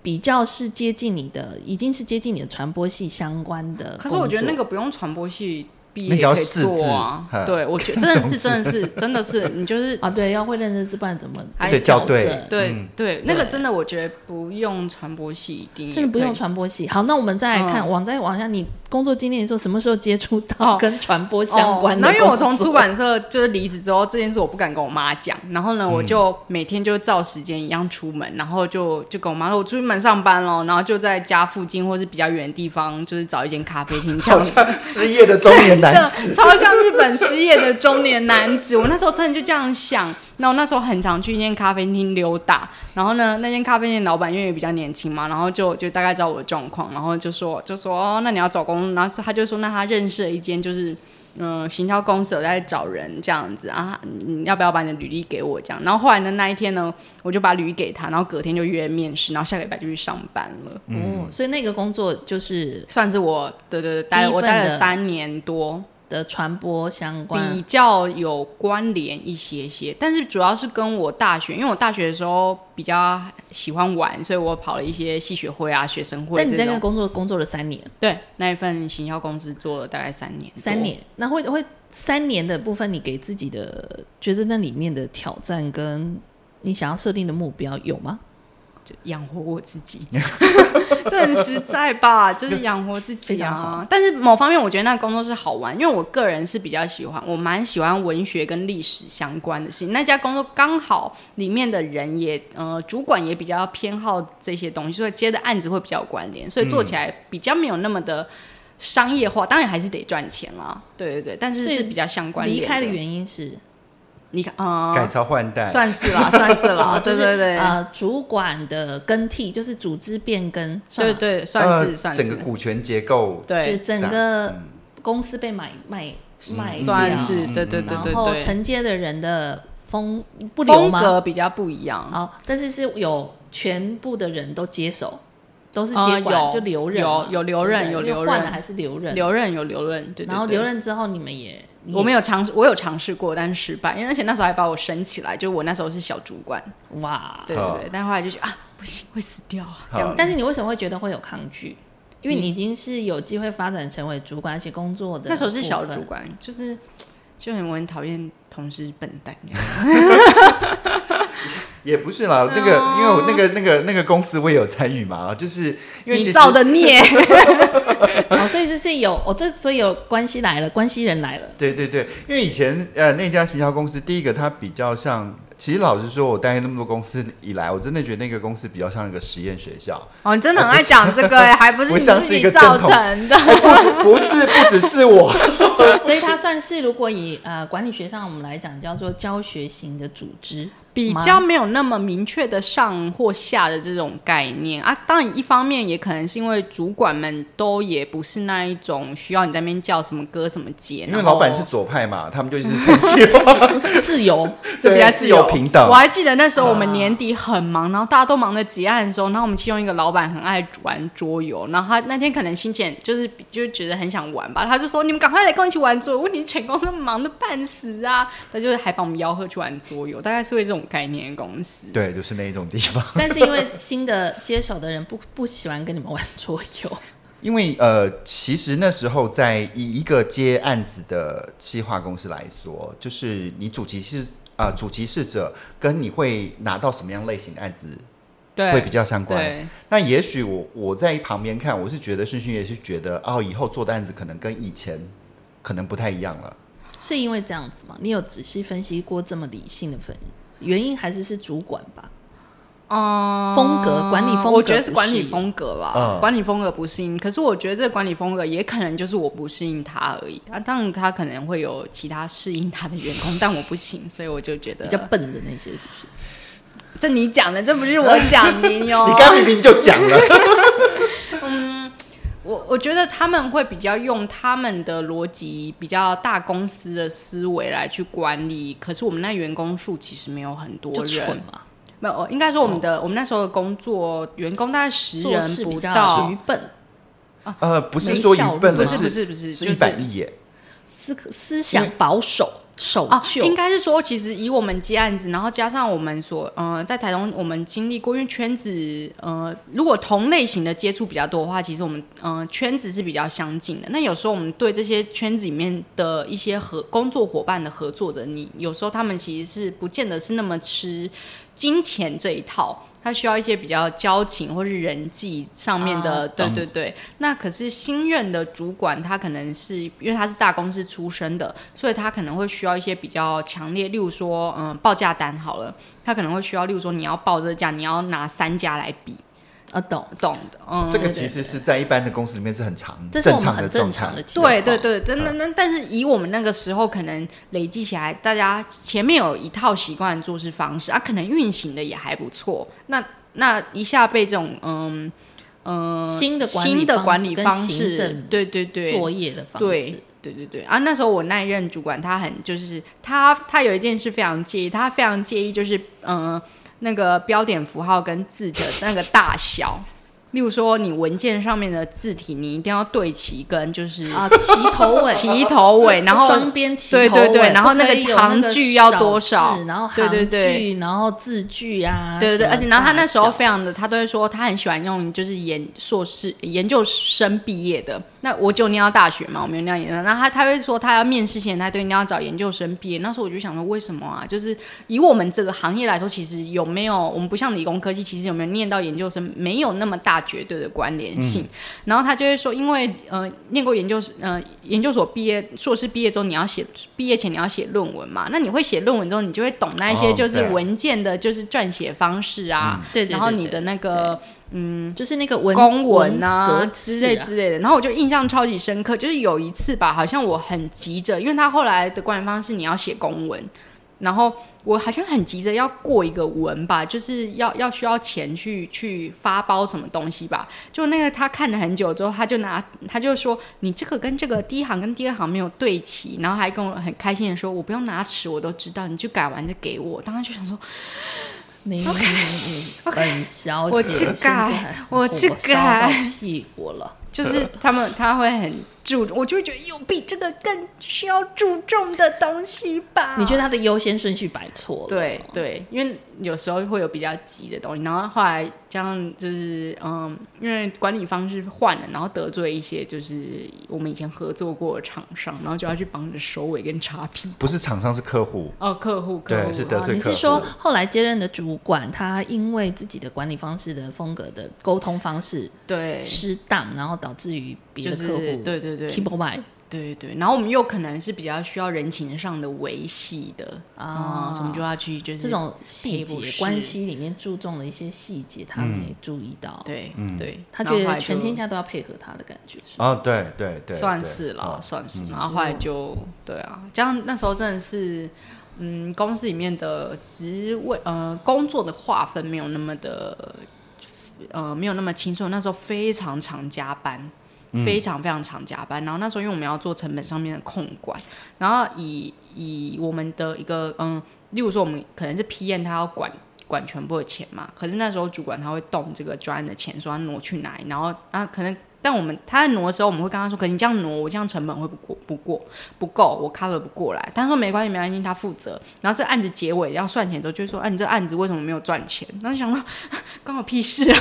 比较是接近你的，已经是接近你的传播系相关的。
可是我觉得那个，不用传播系毕业
那
也
只要
可以
识
做啊
字。嗯
对，我觉得真
<laughs>
的是，真的是，真的是，你就是
啊，对，要会认识字，不然怎么怎么
还对
校
校
对
正
嗯
对对，那个
对
真的我觉得不用传播系一定也
真的不用
可以。
传播系。好，那我们再来看，
嗯
往再往下，你工作经历的时候，什么时候接触到
哦
跟传播相关
哦
的工作？
然后因为我从出版社就是离职之后，这件事我不敢跟我妈讲。然后呢，我
嗯
就每天就照时间一样出门，然后就就跟我妈说，我出门上班咯，然后就在家附近或是比较远的地方，就是找一间咖啡厅这
好
样子。
像失业的中年男子。
真的超像日本失业的中年男子。我那时候真的就这样想，然后那时候很常去一间咖啡厅溜达，然后呢，那间咖啡店老板因为也比较年轻嘛，然后就就大概知道我的状况，然后就说就说哦，那你要找工作，然后他就说那他认识了一间就是。嗯，行销公司有在找人这样子啊，你要不要把你的履历给我这样？然后后来呢，那一天呢，我就把履历给他，然后隔天就约面试，然后下个礼拜就去上班了，
哦，所以那个工作就是
算是我对对对，
第
待
一
了我待
份
了
的
三年多，
的传播相
比
关。
较有关联一些些，但是主要是跟我大学，因为我大学的时候比较喜欢玩，所以我跑了一些系学会啊、学生会
但你
这
在那个。
种
工作工作了三年，
对，那一份行销公司做了大概三年多，
三年，那会会三年的部分，你给自己的觉得那里面的挑战跟你想要设定的目标有吗？
就养活我自己，这很实在吧？就是养活自
非
己
常好
啊。但是某方面，我觉得那个工作是好玩，因为我个人是比较喜欢，我蛮喜欢文学跟历史相关的事情。那家工作刚好里面的人也呃，主管也比较偏好这些东西，所以接的案子会比较有关联，所以做起来比较没有那么的。商业化当然还是得赚钱啊，对对对，但是
所以
是比较相关
离
联
开的
的，
原因是
离开啊，
改朝换代，
算是啦，算是
<laughs>
啦，
就
对
是
哦对对，
呃，主管的更替就是组织变更，算
对
吗
对，
呃
算是算是，
整个股权结构，
就
对嗯
是，整个公司被买卖卖
算
掉
是对对对对
嗯然后
对，
承接的人的风不留
风
吗？
格比较不一样。
哦，但是是有全部的人都接手，都是
呃
接管
有
就留任
有
嘛，
有留任
对不对
有
因为
留
换
任
了还是留任，
留任有留任，对对对。
然后留任之后，你们也，你也
我们有尝，我有尝试过，但是失败，因为而且那时候还把我升起来，就我那时候是小主管，
哇，
对对对。但后来就觉得啊，不行，会死掉啊，这样
但是你为什么会觉得会有抗拒？因为你已经是有机会发展成为主管，而且工作的
那时候是小
部分
主，管，
<laughs>
就是就很我很讨厌同事笨蛋，
也不是啦，那个
哦
因为我那个那个那个公司我也有参与嘛，啊就是因为其
你
实
造的孽，
哦，所以这是有，我、这所以有关系来了，关系人
<laughs>
来了，
对对对，因为以前呃那家行销公司，第一个它比较像，其实老实说，我待那么多公司以来，我真的觉得那个公司比较像一个实验学校。
<laughs> 哦，你真的很爱讲这个、还不是
不
你
像
自
是一
己
个
造
正统
成
<laughs>
的。 <laughs>
哎，不止不是不只是我，
所以它算是如果以呃管理学上我们来讲，叫做教学型的组织，
比
吗
较没有那么明确的上或下的这种概念啊。当然，一方面也可能是因为主管们都也不是那一种需要你在那边叫什么哥什么姐，
因
然
为
后
老板是左派嘛，他们就一直很希
<laughs>
望
自由。
哦就比较
对自由平等
我。还记得那时候我们年底很忙，然后大家都忙着结案的时候，然后我们其中一个老板很爱玩桌游，然后他那天可能心情就是就觉得很想玩吧，他就说你们赶快来跟我一起玩桌游，问题全公司忙得半死啊，他就是还把我们吆喝去玩桌游，大概是会这种概念的公司。
对，就是那一种地方。
但是因为新的接手的人不不喜欢跟你们玩桌游，
因为呃，其实那时候在以一个接案子的企划公司来说，就是你主题是啊、主题是者跟你会拿到什么样类型的案子
对，
会比较相关。
对，
那也许我我在旁边看，我是觉得顺序也是觉得哦，以后做的案子可能跟以前可能不太一样了。
是因为这样子吗？你有仔细分析过这么理性的分原因，还是是主管吧？
嗯，
风格管理风格
我觉得是
不
管理
适应
风格啦，
嗯
管理风格不适应。可是我觉得这个管理风格也可能就是我不适应他而已。啊，当然他可能会有其他适应他的员工，但我不行，所以我就觉得
比 <laughs> 较笨的那些是不是？
这你讲的，这不是我讲的哟。
哦
<laughs> 你刚明明就讲了，
<laughs>
<laughs>
我我觉得他们会比较用他们的逻辑，比较大公司的思维来去管理。可是我们那员工数其实没有很多
就蠢
人，
嘛，
没有，哦应该说我们的、我们那时候的工作员工大概十
做
人
事比
不
较
到
愚。笨，
呃，不是说一笨了，
没
不是
效
不是不是，
是
就
一百亿耶，
思思想保守、守
哦，
旧。
应该是说，其实以我们接案子，然后加上我们所呃在台东我们经历过，因为圈子呃如果同类型的接触比较多的话，其实我们呃圈子是比较相近的。那有时候我们对这些圈子里面的一些合工作伙伴的合作者，你有时候他们其实是不见得是那么吃金钱这一套，他需要一些比较交情或是人际上面的，对对对。那可是新任的主管，他可能是因为他是大公司出身的，所以他可能会需要一些比较强烈，例如说，嗯，报价单好了，他可能会需要，例如说你要报这个价，你要拿三家来比，
啊，懂。
懂的，
哦
嗯，
这个其实是在一般的公司里面是很常
这是我们
常的
很
状
正常
态
的。情况，
对对对，真
嗯
的那但是以我们那个时候，可能累积起来，大家前面有一套习惯的做事方式啊，可能运行的也还不错。那那一下被这种嗯嗯、呃
新的管理
新的
方
管
式
理
跟
方
行
式
政，
对对对，
作业的方
对
式。
对对对啊！那时候我那一任主管他很就是他他有一件事非常介意，他非常介意就是嗯、呃那个标点符号跟字的那个大小。例如说，你文件上面的字体，你一定要对齐，跟就是
啊，齐头
<laughs>
尾，
齐头尾，然后
双边齐头尾，
对对对，然后
不可
那
以有
个
那个
行距要多
少
少
字？然后
对对
行
对。
距，然后字距啊，
对对对，
什么
而且然后他那时候
大小
非常的，他都会说他很喜欢用就是研硕士研究生毕业的。那我就念到大学嘛，我没有念到研究生。然后他他会说他要面试前，他都一定要找研究生毕业。那时候我就想说，为什么啊？就是以我们这个行业来说，其实有没有我们不像理工科技，其实有没有念到研究生，没有那么大绝对的关联性。
嗯
然后他就会说，因为呃，念过研究呃研究所毕业、硕士毕业之后，你要写毕业前你要写论文嘛，那你会写论文之后，你就会懂那一些
哦
就是
对
文件的，就是撰写方式啊，
对对对
然后你的那个
就是那个文
公文啊
文格式
之类
啊
之类的。然后我就印象超级深刻，就是有一次吧，好像我很急着，因为他后来的官方是你要写公文，然后我好像很急着要过一个文吧，就是要要需要钱去去发包什么东西吧。就那个他看了很久之后，他就拿他就说你这个跟这个第一行跟第二行没有对齐，然后还跟我很开心的说我不用拿尺，我都知道，你就改完就给我。当时就想说。
你
<laughs>
本嗯小姐，
我去
现在
改我去
火烧到
改
屁股了。
就是他们他会很
注，我就会觉得有比这个更需要注重的东西吧。
你觉得他的优先顺序摆错了？
对对，因为有时候会有比较急的东西，然后后来加上就是嗯，因为管理方式换了，然后得罪一些就是我们以前合作过的厂商，然后就要去帮着收尾跟叉 P
不是厂商是客户，
哦，客户客户啊
对，是得
哦
罪
你
客
是
户。
说后来接任的主管，他因为自己的管理方式的风格的沟通方式
对
失当，然后导致于别
就
的
是
客户、
对对对
keep by
对对，然后我们又可能是比较需要人情上的维系的啊，所以我们就要去就是
这种细
赔不
节
是
关系里面注重了一些细节，他
嗯
没注意到，
对对，
他
然后
觉
后
得
来
全
就
天下都要配合他的感觉。是吧
哦，对对对，
算
对
是啦，
哦
算是。然后后来就对啊，加上那时候真的是，嗯，公司里面的职位呃工作的划分没有那么的，呃没有那么清楚。那时候非常常加班。
嗯
非常非常常加班，然后那时候因为我们要做成本上面的控管，然后以以我们的一个嗯，例如说我们可能是 PM 他要管管全部的钱嘛，可是那时候主管他会动这个专案的钱，说他挪去哪里，然后啊可能但我们他在挪的时候，我们会跟他说，可你这样挪，我这样成本会不过不过不够，我 cover 不过来。他说没关系，没关系，他负责。然后这案子结尾要算钱的时候，就会说，哎、你这案子为什么没有赚钱？然后想到关我屁事啊！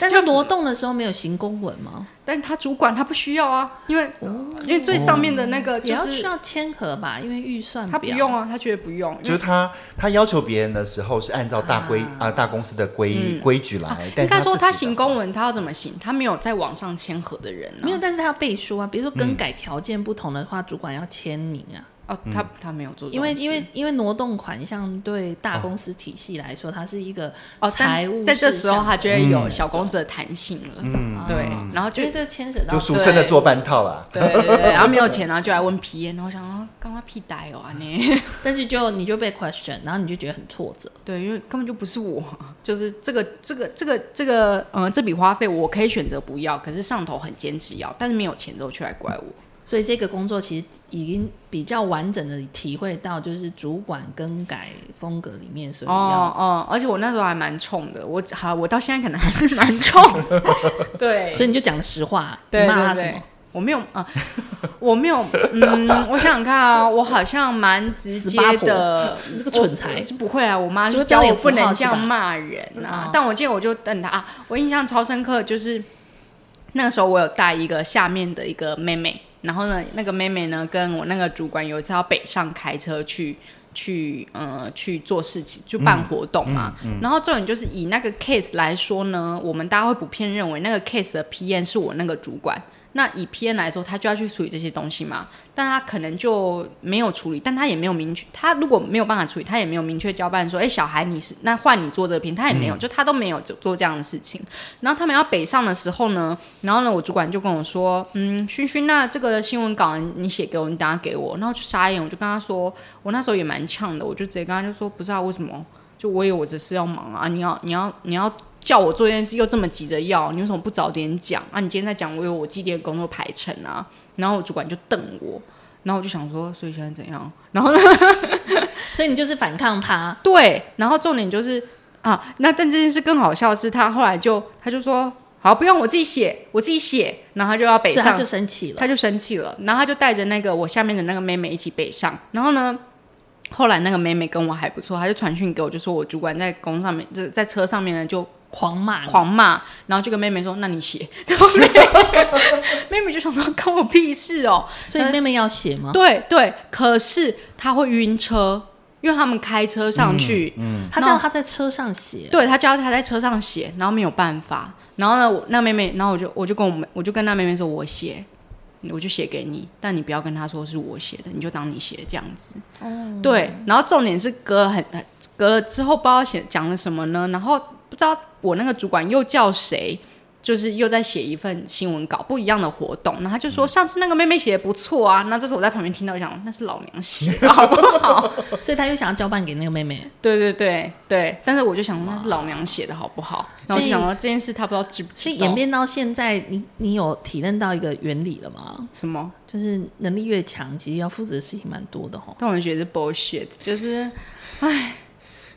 但是挪动的时候没有行公文吗？
<laughs> 但他主管他不需要啊，因为、
哦
因为最上面的那个
哦也
就
要需
是
要签合吧，因为预算
他不
表
用啊，他觉得不用，
就是他他要求别人的时候是按照大规啊、大公司的规、规矩来，但
嗯啊
是
应该说他
自己的
行公文，他要怎么行？他没有在网上签合的人、啊，
没有，但是他要背书啊。比如说
嗯
更改条件不同的话，主管要签名啊。
哦，他他没有做这
因
种事，
为因为因为挪动款项对大
哦
公司体系来说，它是一个
哦，但
财务
在这时候
事项
他就会有小公司的弹性了，嗯，对，然后就
因为这牵扯到
就
啊
俗称的做半套啦。
对对对，然后没有钱，然后就来问 P，然后我想啊，干嘛屁呆哦啊你？
但是就你就被 question，然后你就觉得很挫折。
<laughs> 对，因为根本就不是我，就是这个这个这个这个，嗯、这笔花费我可以选择不要，可是上头很坚持要，但是没有钱之后却来怪我。
所以这个工作其实已经比较完整的体会到，就是主管更改风格里面，所以
哦
要
哦，而且我那时候还蛮冲的，我好，我到现在可能还是蛮冲， <laughs> 对，
所以你就讲实话，
对
你骂他
对
什
对
么？，
我没有啊，我没有，嗯，我想想看啊，我好像蛮直接
死 <laughs>
的，
你这个蠢材
我是不会啊，我妈
只会
就教
标
我
点符
不
号
能这样
是吧
骂人啊
哦，
但我记得我就瞪她啊，我印象超深刻，就是那个时候我有带一个下面的一个妹妹，然后呢，那个妹妹呢跟我那个主管有一次要北上开车去。去呃去做事情，就办活动嘛。然后重点就是以那个 case 来说呢，我们大家会普遍认为那个 case 的 PM 是我那个主管。那以 PM 来说，他就要去处理这些东西嘛，但他可能就没有处理，但他也没有明确，他如果没有办法处理，他也没有明确交办说，哎、小孩你是那换你做这个片，他也没有，就他都没有做做这样的事情。然后他们要北上的时候呢，然后呢，我主管就跟我说，嗯，勋勋，那这个新闻稿你写给我，你等下给我。然后我就傻眼，我就跟他说，我那时候也蛮呛的，我就直接跟他就说，不是啊，为什么？就我有我的事要忙啊，你要你要你要叫我做这件事，又这么急着要，你为什么不早点讲啊？你今天在讲，我有我今天的工作排程啊。然后我主管就瞪我，然后我就想说，所以现在怎样？然后呢？ <laughs>
所以你就是反抗他，
对，然后重点就是啊，那但这件事更好笑的是，他后来就他就说，好，不用我自己写，我自己写，然后他就要北
所以他
上
就，生气了
他。就生气了，然后他就带着那个我下面的那个妹妹一起北上，然后呢。后来那个妹妹跟我还不错，她就传讯给我，就说我主管在公上面，这在车上面呢就
狂骂你，
狂骂，然后就跟妹妹说：“那你写。”然后妹 <laughs> 妹妹就想说：“关我屁事哦！”
所以妹妹要写吗？
对对，可是她会晕车，因为他们开车上去，
他叫他在车上写，
对他教他在车上写，然后没有办法，然后呢，我那妹妹，然后我就我就跟我们我就跟那妹妹说，我写，我就写给你，但你不要跟她说是我写的，你就当你写的这样子。对，然后重点是隔了很隔了之后不知道写讲了什么呢，然后不知道我那个主管又叫谁。就是又在写一份新闻稿，不一样的活动，然后他就说上次那个妹妹写的不错啊，那这次我在旁边听到，我想那是老娘写的，好不好？
所以他又想要交办给那个妹妹。
对对对对，但是我就想说那是老娘写的好不好？然后
所
我就
以
想到这件事，他不知道知不知道。
所以演变到现在，你你有体认到一个原理了吗？
什么？
就是能力越强，其实要负责的事情蛮多的哦。
但我觉得是 bullshit，就是，唉，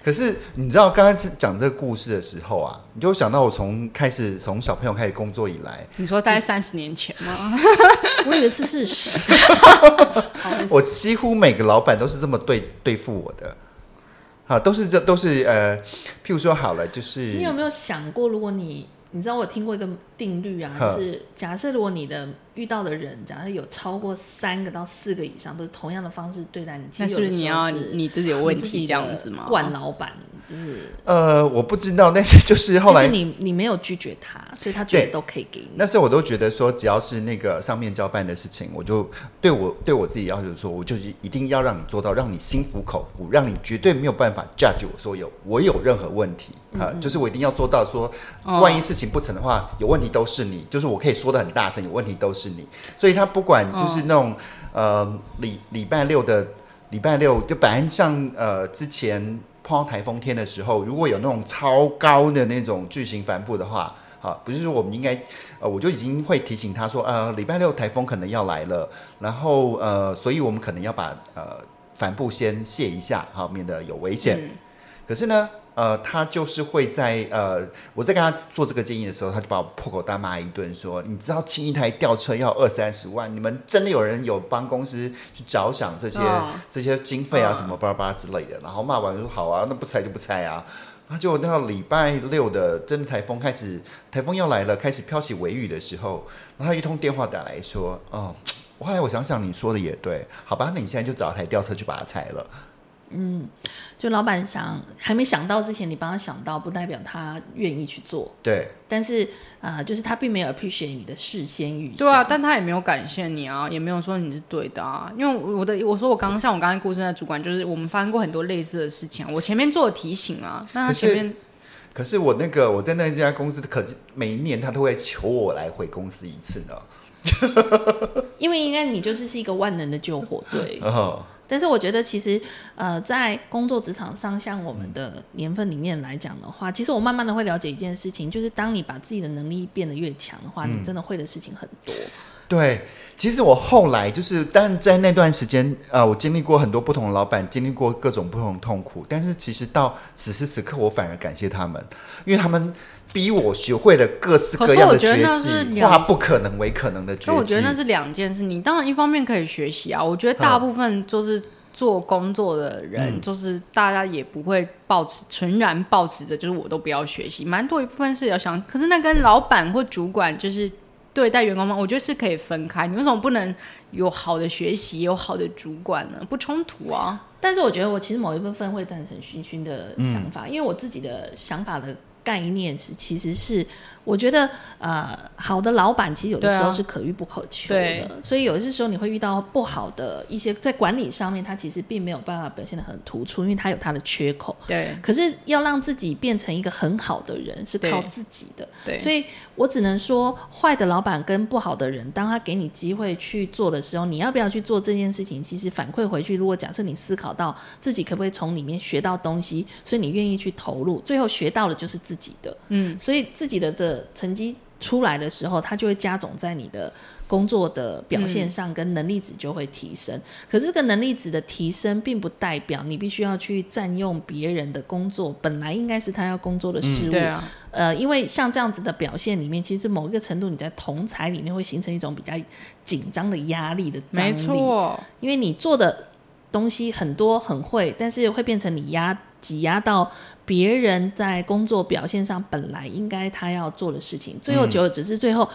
可是你知道刚刚讲这个故事的时候啊，你就想到我从开始从小朋友开始工作以来，
你说大概三十年前吗？
我以为是事实。
嗯
我几乎每个老板都是这么对对付我的，啊，都是这都是呃，譬如说好了，就是
你有没有想过，如果你你知道我听过一个定律啊，
哼
就是假设如果你的遇到的人，假设有超过三个到四个以上都是同样的方式对待你，
那
其
是
实有
不是
的时候
你要你自己有问
你自己
题
的
这样子吗？
惯老板就是
呃，我不知道，但是就是后
就
来
是你你没有拒绝他，所以他觉
对
得都可以给你。
那时候我都觉得说，只要是那个上面交办的事情，我就对我对我自己要求说，我就是一定要让你做到，让你心服口服，让你绝对没有办法 judge 我说有我有任何问题啊、就是我一定要做到说，
哦
万一事情不成的话，有问题都是你，就是我可以说的很大声，有问题都是你，所以他不管就是那种、呃礼礼拜六的礼拜六，就本来像呃之前碰到台风天的时候，如果有那种超高的那种巨型帆布的话，啊，不是说我们应该呃，我就已经会提醒他说，呃，礼拜六台风可能要来了，然后呃，所以我们可能要把呃帆布先卸一下，好、免得有危险。可是呢，呃，他就是会在呃，我在跟他做这个建议的时候，他就把我破口大骂一顿，说：“你知道清一台吊车要二三十万，你们真的有人有帮公司去着想这些、
哦
这些经费啊
嗯
什么巴拉巴拉之类的？”然后骂完就说：“好啊，那不拆就不拆啊。”啊，结果那个礼拜六的真的台风开始，台风要来了，开始飘起微雨的时候，然后他一通电话打来说：“哦，我后来我想想，你说的也对，好吧，那你现在就找台吊车去把它拆了。”
就老板想还没想到之前，你帮他想到，不代表他愿意去做。
对，
但是啊、呃就是他并没有 appreciate 你的事先预想。
对啊，但他也没有感谢你啊，也没有说你是对的啊。因为我的我说我刚像我刚才故事那主管，就是我们发生过很多类似的事情啊。我前面做了提醒啊，
可
那他
是
前面
可是我那个我在那家公司，可是每一年他都会求我来回公司一次呢。
因为应该你就是是一个万能的救火
<laughs>
队。
嗯
哦，
但是我觉得其实呃，在工作职场上，像我们的年份里面来讲的话，其实我慢慢的会了解一件事情，就是当你把自己的能力变得越强的话，你真的会的事情很多。
对，其实我后来就是，但在那段时间，呃，我经历过很多不同的老板，经历过各种不同的痛苦，但是其实到此时此刻，我反而感谢他们，因为他们逼我学会了各式各样的
可是我觉
绝
得那是
技，
两
化不可能为可能的绝技。
所以我觉得那是两件事。你当然一方面可以学习啊，我觉得
嗯
大部分就是做工作的人，
嗯
就是大家也不会抱持纯然抱持着就是我都不要学习，蛮多一部分是要想，可是那跟老板或主管就是。对待员工们，我觉得是可以分开。你为什么不能有好的学习，有好的主管呢？不冲突啊。
<laughs> 但是我觉得我其实某一部分会赞成勋勋的想法，因为我自己的想法的概念是，其实是我觉得呃，好的老板其实有的
对啊
时候是可遇不可求
对
的，所以有些时候你会遇到不好的一些在管理上面，他其实并没有办法表现的很突出，因为他有他的缺口。
对
可是要让自己变成一个很好的人，是靠
对
自己的。
对，
所以我只能说，坏的老板跟不好的人，当他给你机会去做的时候，你要不要去做这件事情？其实反馈回去，如果假设你思考到自己可不可以从里面学到东西，所以你愿意去投入，最后学到的就是自己的。
嗯，
所以自己的的成绩出来的时候，它就会加总在你的工作的表现上，跟能力值就会提升。可是这个能力值的提升，并不代表你必须要去占用别人的工作，本来应该是他要工作的事物。
对啊，
呃，因为像这样子的表现里面，其实某一个程度你在同才里面会形成一种比较紧张的压力的张力，
没，错，
因为你做的东西很多很会，但是会变成你压挤压到别人在工作表现上本来应该他要做的事情，最后久而久之，最后。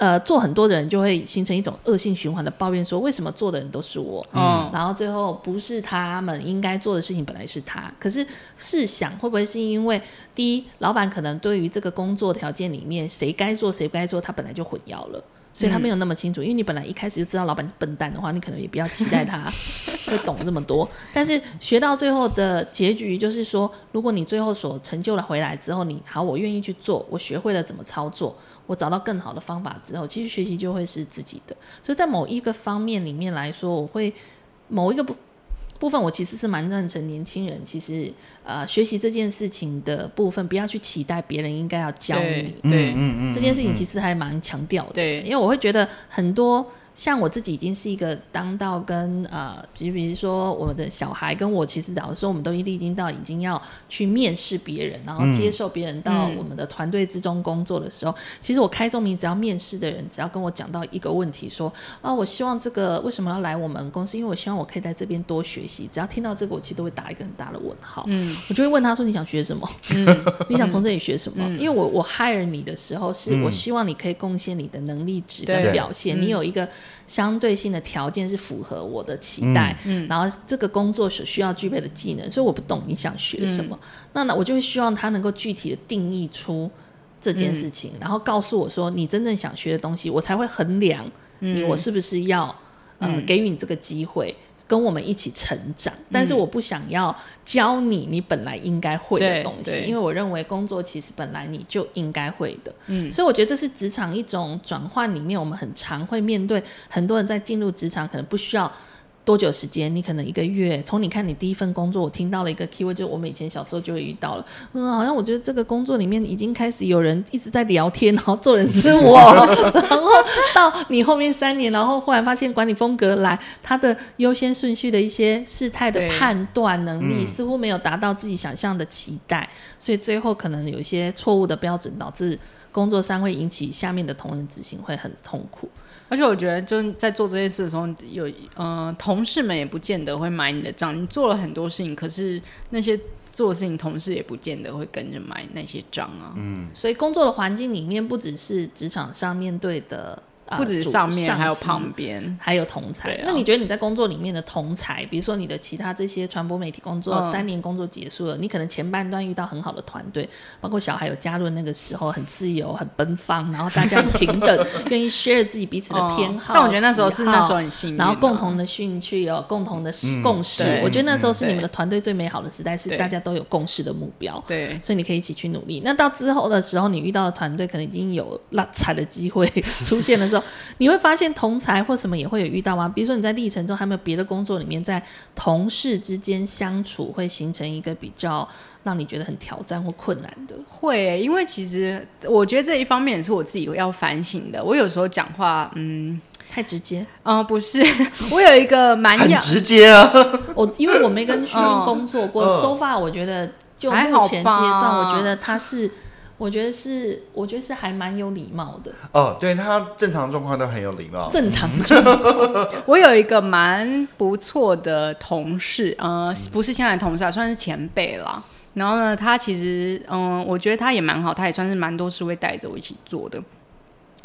呃，做很多的人就会形成一种恶性循环的抱怨，说为什么做的人都是我？
嗯，
然后最后不是他们应该做的事情，本来是他。可是试想，会不会是因为第一，老板可能对于这个工作条件里面谁该做谁不该做，他本来就混淆了。所以他没有那么清楚，因为你本来一开始就知道老板是笨蛋的话，你可能也不要期待他会懂这么多。但是学到最后的结局就是说，如果你最后所成就了回来之后，你好，我愿意去做，我学会了怎么操作，我找到更好的方法之后，其实学习就会是自己的。所以在某一个方面里面来说，我会某一个部部分，我其实是蛮赞成年轻人，其实呃学习这件事情的部分，不要去期待别人应该要教
对
你。
对
嗯嗯嗯
这件事情其实还蛮强调的，
对
因为我会觉得很多像我自己已经是一个当到跟呃，比比如说我们的小孩跟我，其实老实说，我们都历经到已经要去面试别人，然后接受别人到
嗯
我们的团队之中工作的时候，其实我开宗明只要面试的人，只要跟我讲到一个问题说，啊，我希望这个为什么要来我们公司？因为我希望我可以在这边多学习。只要听到这个，我其实都会打一个很大的问号。
嗯，
我就会问他说：“你想学什么？ <laughs> 你想从这里学什么？”因为我我 hire 你的时候，是我希望你可以贡献你的能力值
对
跟表现，你有一个相对性的条件是符合我的期待，然后这个工作所需要具备的技能，所以我不懂你想学什么。那那我就会希望他能够具体的定义出这件事情，
嗯
然后告诉我说你真正想学的东西，我才会衡量
嗯
你我是不是要呃给予你这个机会。跟我们一起成长，
嗯
但是我不想要教你你本来应该会
对
的东西，
对
因为我认为工作其实本来你就应该会的。
嗯
所以我觉得这是职场一种转换里面，我们很常会面对很多人在进入职场可能不需要多久时间？你可能一个月，从你看你第一份工作，我听到了一个 keyword，就我们以前小时候就会遇到了。嗯，好像我觉得这个工作里面已经开始有人一直在聊天，然后做人是
<laughs>
我，然后到你后面三年，然后忽然发现管理风格来，他的优先顺序的一些事态的
对
判断能力
嗯
似乎没有达到自己想象的期待，所以最后可能有一些错误的标准，导致工作上会引起下面的同仁执行会很痛苦。
而且我觉得，就是在做这些事的时候，有呃，同事们也不见得会买你的账。你做了很多事情，可是那些做的事情，同事也不见得会跟着买那些账啊。
所以工作的环境里面，不只是职场上面对的，呃、
不止
主
上面，
上
还有
司
旁边。
还有同才。
对啊
那你觉得你在工作里面的同才，比如说你的其他这些传播媒体工作，
嗯
三年工作结束了，你可能前半段遇到很好的团队，包括小孩有加入那个时候很自由、很奔放，然后大家很平等，愿意 share 自己彼此的偏好。
哦但我觉得那时候是
喜好
那时候很幸运啊、
然后共同的兴趣有共同的
嗯
共识，
对
我觉得那时候是
嗯
你们的团队最美好的时代，是
对
大家都有共识的目标。
对，
所以你可以一起去努力。那到之后的时候，你遇到的团队可能已经有拉踩的机会出现的时候，你会发现同才或什么也会有遇到吗？比如说你在历程中，还有没有别的工作里面，在同事之间相处会形成一个比较让你觉得很挑战或困难的？
会耶、因为其实我觉得这一方面也是我自己要反省的。我有时候讲话，嗯
太直接，
嗯、呃不是， <laughs> 我有一个蛮
很
要
直接啊，
我因为我没跟旭
嗯
荣工作过、
嗯
s o far 我觉得就
还好
目前阶段，
吧
我觉得他是。我觉得是，我觉得是还蛮有礼貌的，
哦，对他正常状况都很有礼貌，
正常
我有一个蛮不错的同事，呃，不是现在的同事啊，算是前辈啦。然后呢，他其实，嗯、我觉得他也蛮好，他也算是蛮多事会带着我一起做的。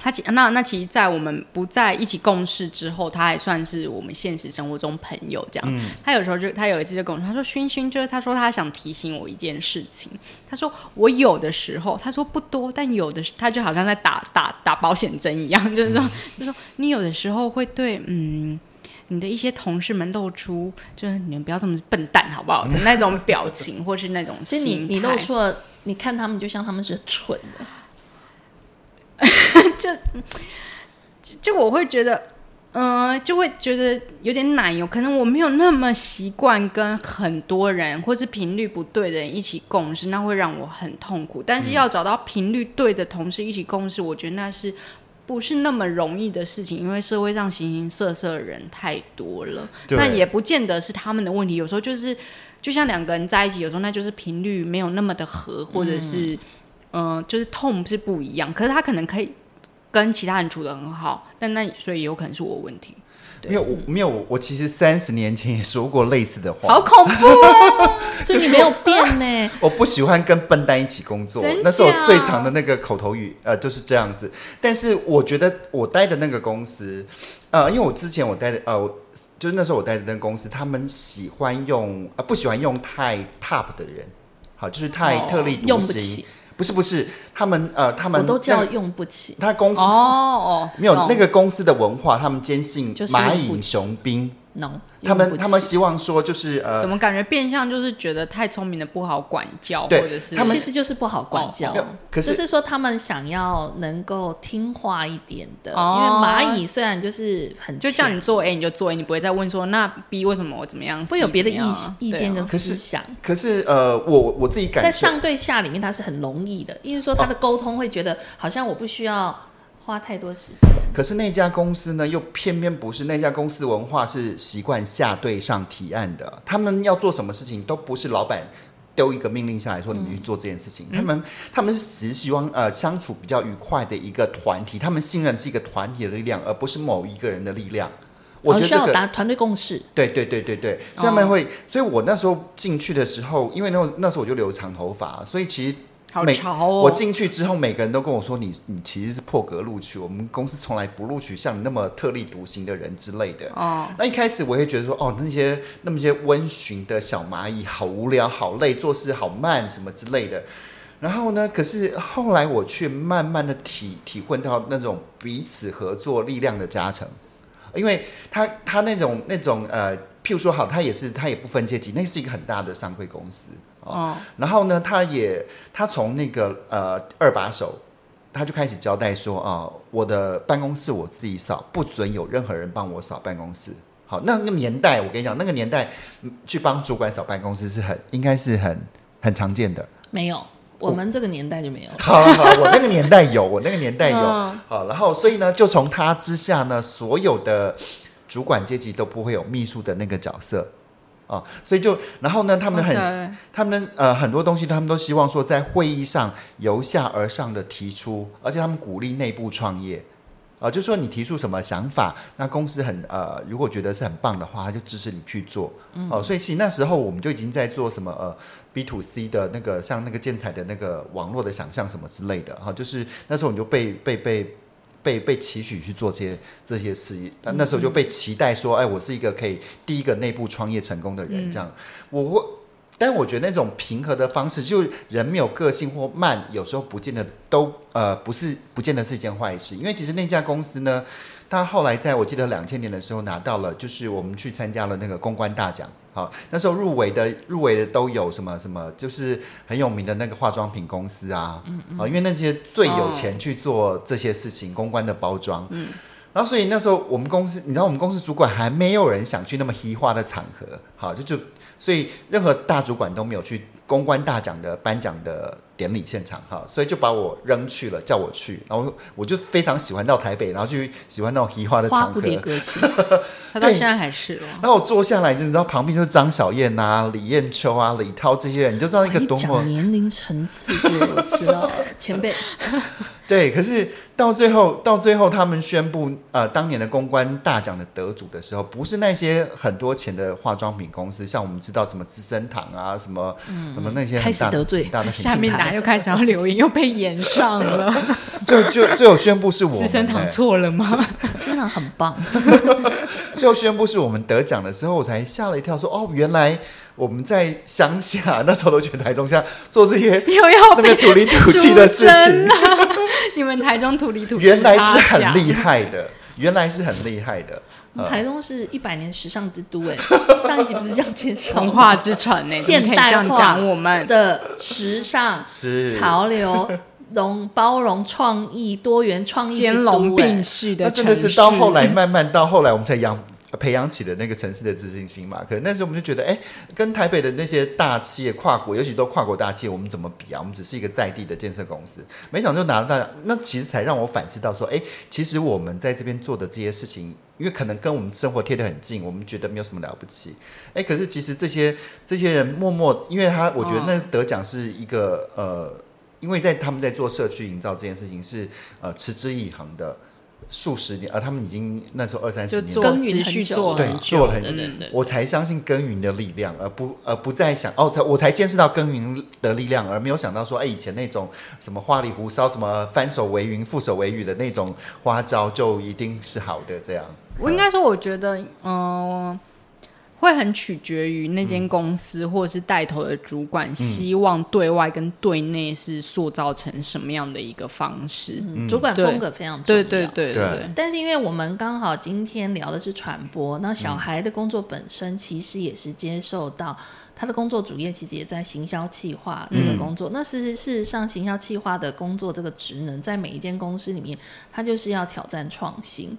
他其那那其实，在我们不在一起共事之后，他还算是我们现实生活中朋友这样。他有时候就他有一次就跟我说，他说勋勋就是他说他想提醒我一件事情，他说我有的时候他说不多，但有的时他就好像在打打打保险针一样，就是说、就说你有的时候会对嗯。你的一些同事们露出，就是你们不要这么笨蛋，好不好？的那种表情，或是那种
所
心
以 <laughs> 你
态，
你露出了，你看他们就像他们是蠢的，
就我会觉得，嗯、就会觉得有点奶油。可能我没有那么习惯跟很多人或是频率不对的人一起共事，那会让我很痛苦。但是要找到频率对的同事一起共事，我觉得那是。不是那么容易的事情，因为社会上形形色色的人太多了，
对
但也不见得是他们的问题。有时候就是，就像两个人在一起，有时候那就是频率没有那么的合，或者是，嗯、就是痛是不一样。可是他可能可以跟其他人处的很好，但那所以也有可能是我的问题，对
没有我没有我我其实三十年前也说过类似的话，
好恐
<laughs>
怖哦！
<laughs> 所以你没有变呢、哦
我不喜欢跟笨蛋一起工作
真假，
那是我最长的那个口头语，呃，就是这样子。但是我觉得我待的那个公司，呃，因为我之前我待的，呃，我就是那时候我待的那个公司，他们喜欢用，呃，不喜欢用太 top 的人，好，就是太
哦
特立独
用不
行。
起，
不是不是，他们呃，他
我
们
都
那
叫
个
用不起。
他公司、
哦哦，
没有
懂
那个公司的文化，他们坚信
就是
蚂
用不
蚁
起
雄兵，
no，
他
用
们
不起
他们希望说就是呃
怎，么感觉变相就是觉得太聪明的不好管教，或
对
者是
他们
其实就是不好管教，
哦可是
就是说他们想要能够听话一点的，
哦
因为蚂蚁虽然就是很
就叫
强
你做 A 你就做 A，你不会再问说那 B 为什么我怎么样，啊
会有别的意意见跟
跟
思
可是
想，
可是呃，我我自己感
在
觉
上对下里面他是很容易的，意思说他的沟通会觉得好像我不需要。花太多时间。
可是那家公司呢，又偏偏不是那家公司的文化是习惯下对上提案的，他们要做什么事情都不是老板。丢一个命令下来说你们去做这件事
嗯
情，他们他们是只是希望呃相处比较愉快的一个团体，他们信任是一个团体的力量，而不是某一个人的力量。我觉
哦
得
需
这
要
个
达团队共识，
对对对对对，所以他们
哦
会，所以我那时候进去的时候，因为那那时候我就留长头发，所以其实
好
每
潮哦！
我进去之后，每个人都跟我说你你其实是破格录取，我们公司从来不录取像你那么特立独行的人之类的。
哦，
那一开始我会觉得说，哦，那些那么些温驯的小蚂蚁好无聊、好累，做事好慢什么之类的。然后呢，可是后来我却慢慢的体体会到那种彼此合作力量的加成，因为他他那种那种呃，譬如说好，他也是他也不分阶级，那是一个很大的上柜公司哦。
哦，
然后呢，他也他从那个呃二把手，他就开始交代说啊、我的办公室我自己扫，不准有任何人帮我扫办公室。好，那个年代我跟你讲，那个年代嗯去帮主管扫办公室是很应该是很很常见的。
没有，我们这个年代就没有了。
好了好了，我那个年代有，我那个年代有。
<laughs> 嗯
好，然后所以呢，就从他之下呢，所有的主管阶级都不会有秘书的那个角色啊、所以就然后呢，他们很
好的
他们呃很多东西，他们都希望说在会议上由下而上的提出，而且他们鼓励内部创业。啊、就说你提出什么想法，那公司很呃，如果觉得是很棒的话，他就支持你去做。哦、所以其实那时候我们就已经在做什么呃 B to C 的那个，像那个建材的那个网络的想象什么之类的哈、就是那时候你就被被被被被期许去做这些这些事业，但那时候就被期待说，哎，我是一个可以第一个内部创业成功的人，这样我会。但我觉得那种平和的方式，就是人没有个性或慢，有时候不见得都呃不是不见得是一件坏事，因为其实那家公司呢，他后来在我记得两千年的时候拿到了，就是我们去参加了那个公关大奖。好，那时候入围的入围的都有什么什么，就是很有名的那个化妆品公司啊，嗯啊，因为那些最有钱去做这些事情，公关的包装，嗯，然后所以那时候我们公司，你知道我们公司主管还没有人想去那么嘻化的场合，好，就就所以任何大主管都没有去公关大奖的颁奖的典礼现场哈，所以就把我扔去了，叫我去，然后我就非常喜欢到台北，然后去喜欢那种嘻化的
花
场
蝴
合。
蝶歌戏，
他到
对
现在还是哦。
然后我坐下来，你就知道旁边就是张小燕啊、李艳秋啊、李涛这些人，你就知道
我
一个
一
多
讲
么
年龄层次就知道了前辈
对。可是到最后，到最后他们宣布呃当年的公关大奖的得主的时候，不是那些很多钱的化妆品公司，像我们知道什么资生堂啊、什么、
嗯
什么那些
开
很
始
大
得罪
很大
<laughs>
的品
下面
牌
大家又开始要留言，又被延上了。
就就最后宣布是我
<laughs>
们
资生堂
欸
错了吗？
<laughs> 真的很棒，
最后宣布是我们得奖的时候，我才吓了一跳说哦，原来我们在乡下，那时候都觉得台中乡做这
<laughs>
些
又要
那个
被
土里土气的事情
<laughs> 出征了。你们台中土里 <laughs> 土气
原来是
差价
很厉害的，原来是很厉害的。
嗯
呃
台东是一百年时尚之 <laughs> 都哎，上一集不是这样介绍吗
文化之城呢、
现
你可以这
代
样
化
讲我们。
的时尚
是
潮 <laughs> 流。容包容创意、多元创意之都
兼容并
哎
蓄的
那
城市，
真的是到后来，慢慢到后来，我们才养培养起的那个城市的自信心嘛。可能那时候我们就觉得，哎、跟台北的那些大企业、跨国，尤其都跨国大企业，我们怎么比啊？我们只是一个在地的建设公司，没想到就拿了大奖。那其实才让我反思到说，哎、其实我们在这边做的这些事情，因为可能跟我们生活贴得很近，我们觉得没有什么了不起。哎、可是其实这些这些人默默，因为他，我觉得那
哦
得奖是一个、呃。因为在他们在做社区营造这件事情是呃持之以恒的数十年，呃，他们已经那时候二三
就
十年
做
了
耕耘
持
很
续
久
做
了
对
很久嗯
做了很
对对对，
我才相信耕耘的力量，而不而不再想哦，才我才见识到耕耘的力量，而没有想到说，哎，以前那种什么花里胡哨、什么翻手为云、覆手为雨的那种花招，就一定是好的这样。
我应该说，我觉得，嗯、会很取决于那
嗯
间公司或者是带头的主管，希望对外跟对内是塑造成什么样的一个方式。
嗯主管
对
风格非常重要。
对对对对，
但是因为我们刚好今天聊的是传播，那小孩的工作本身其实也是接受到他的工作主业，其实也在行销企划这个工作。那事实事实上，行销企划的工作这个职能，在每一间公司里面，它就是要挑战创新。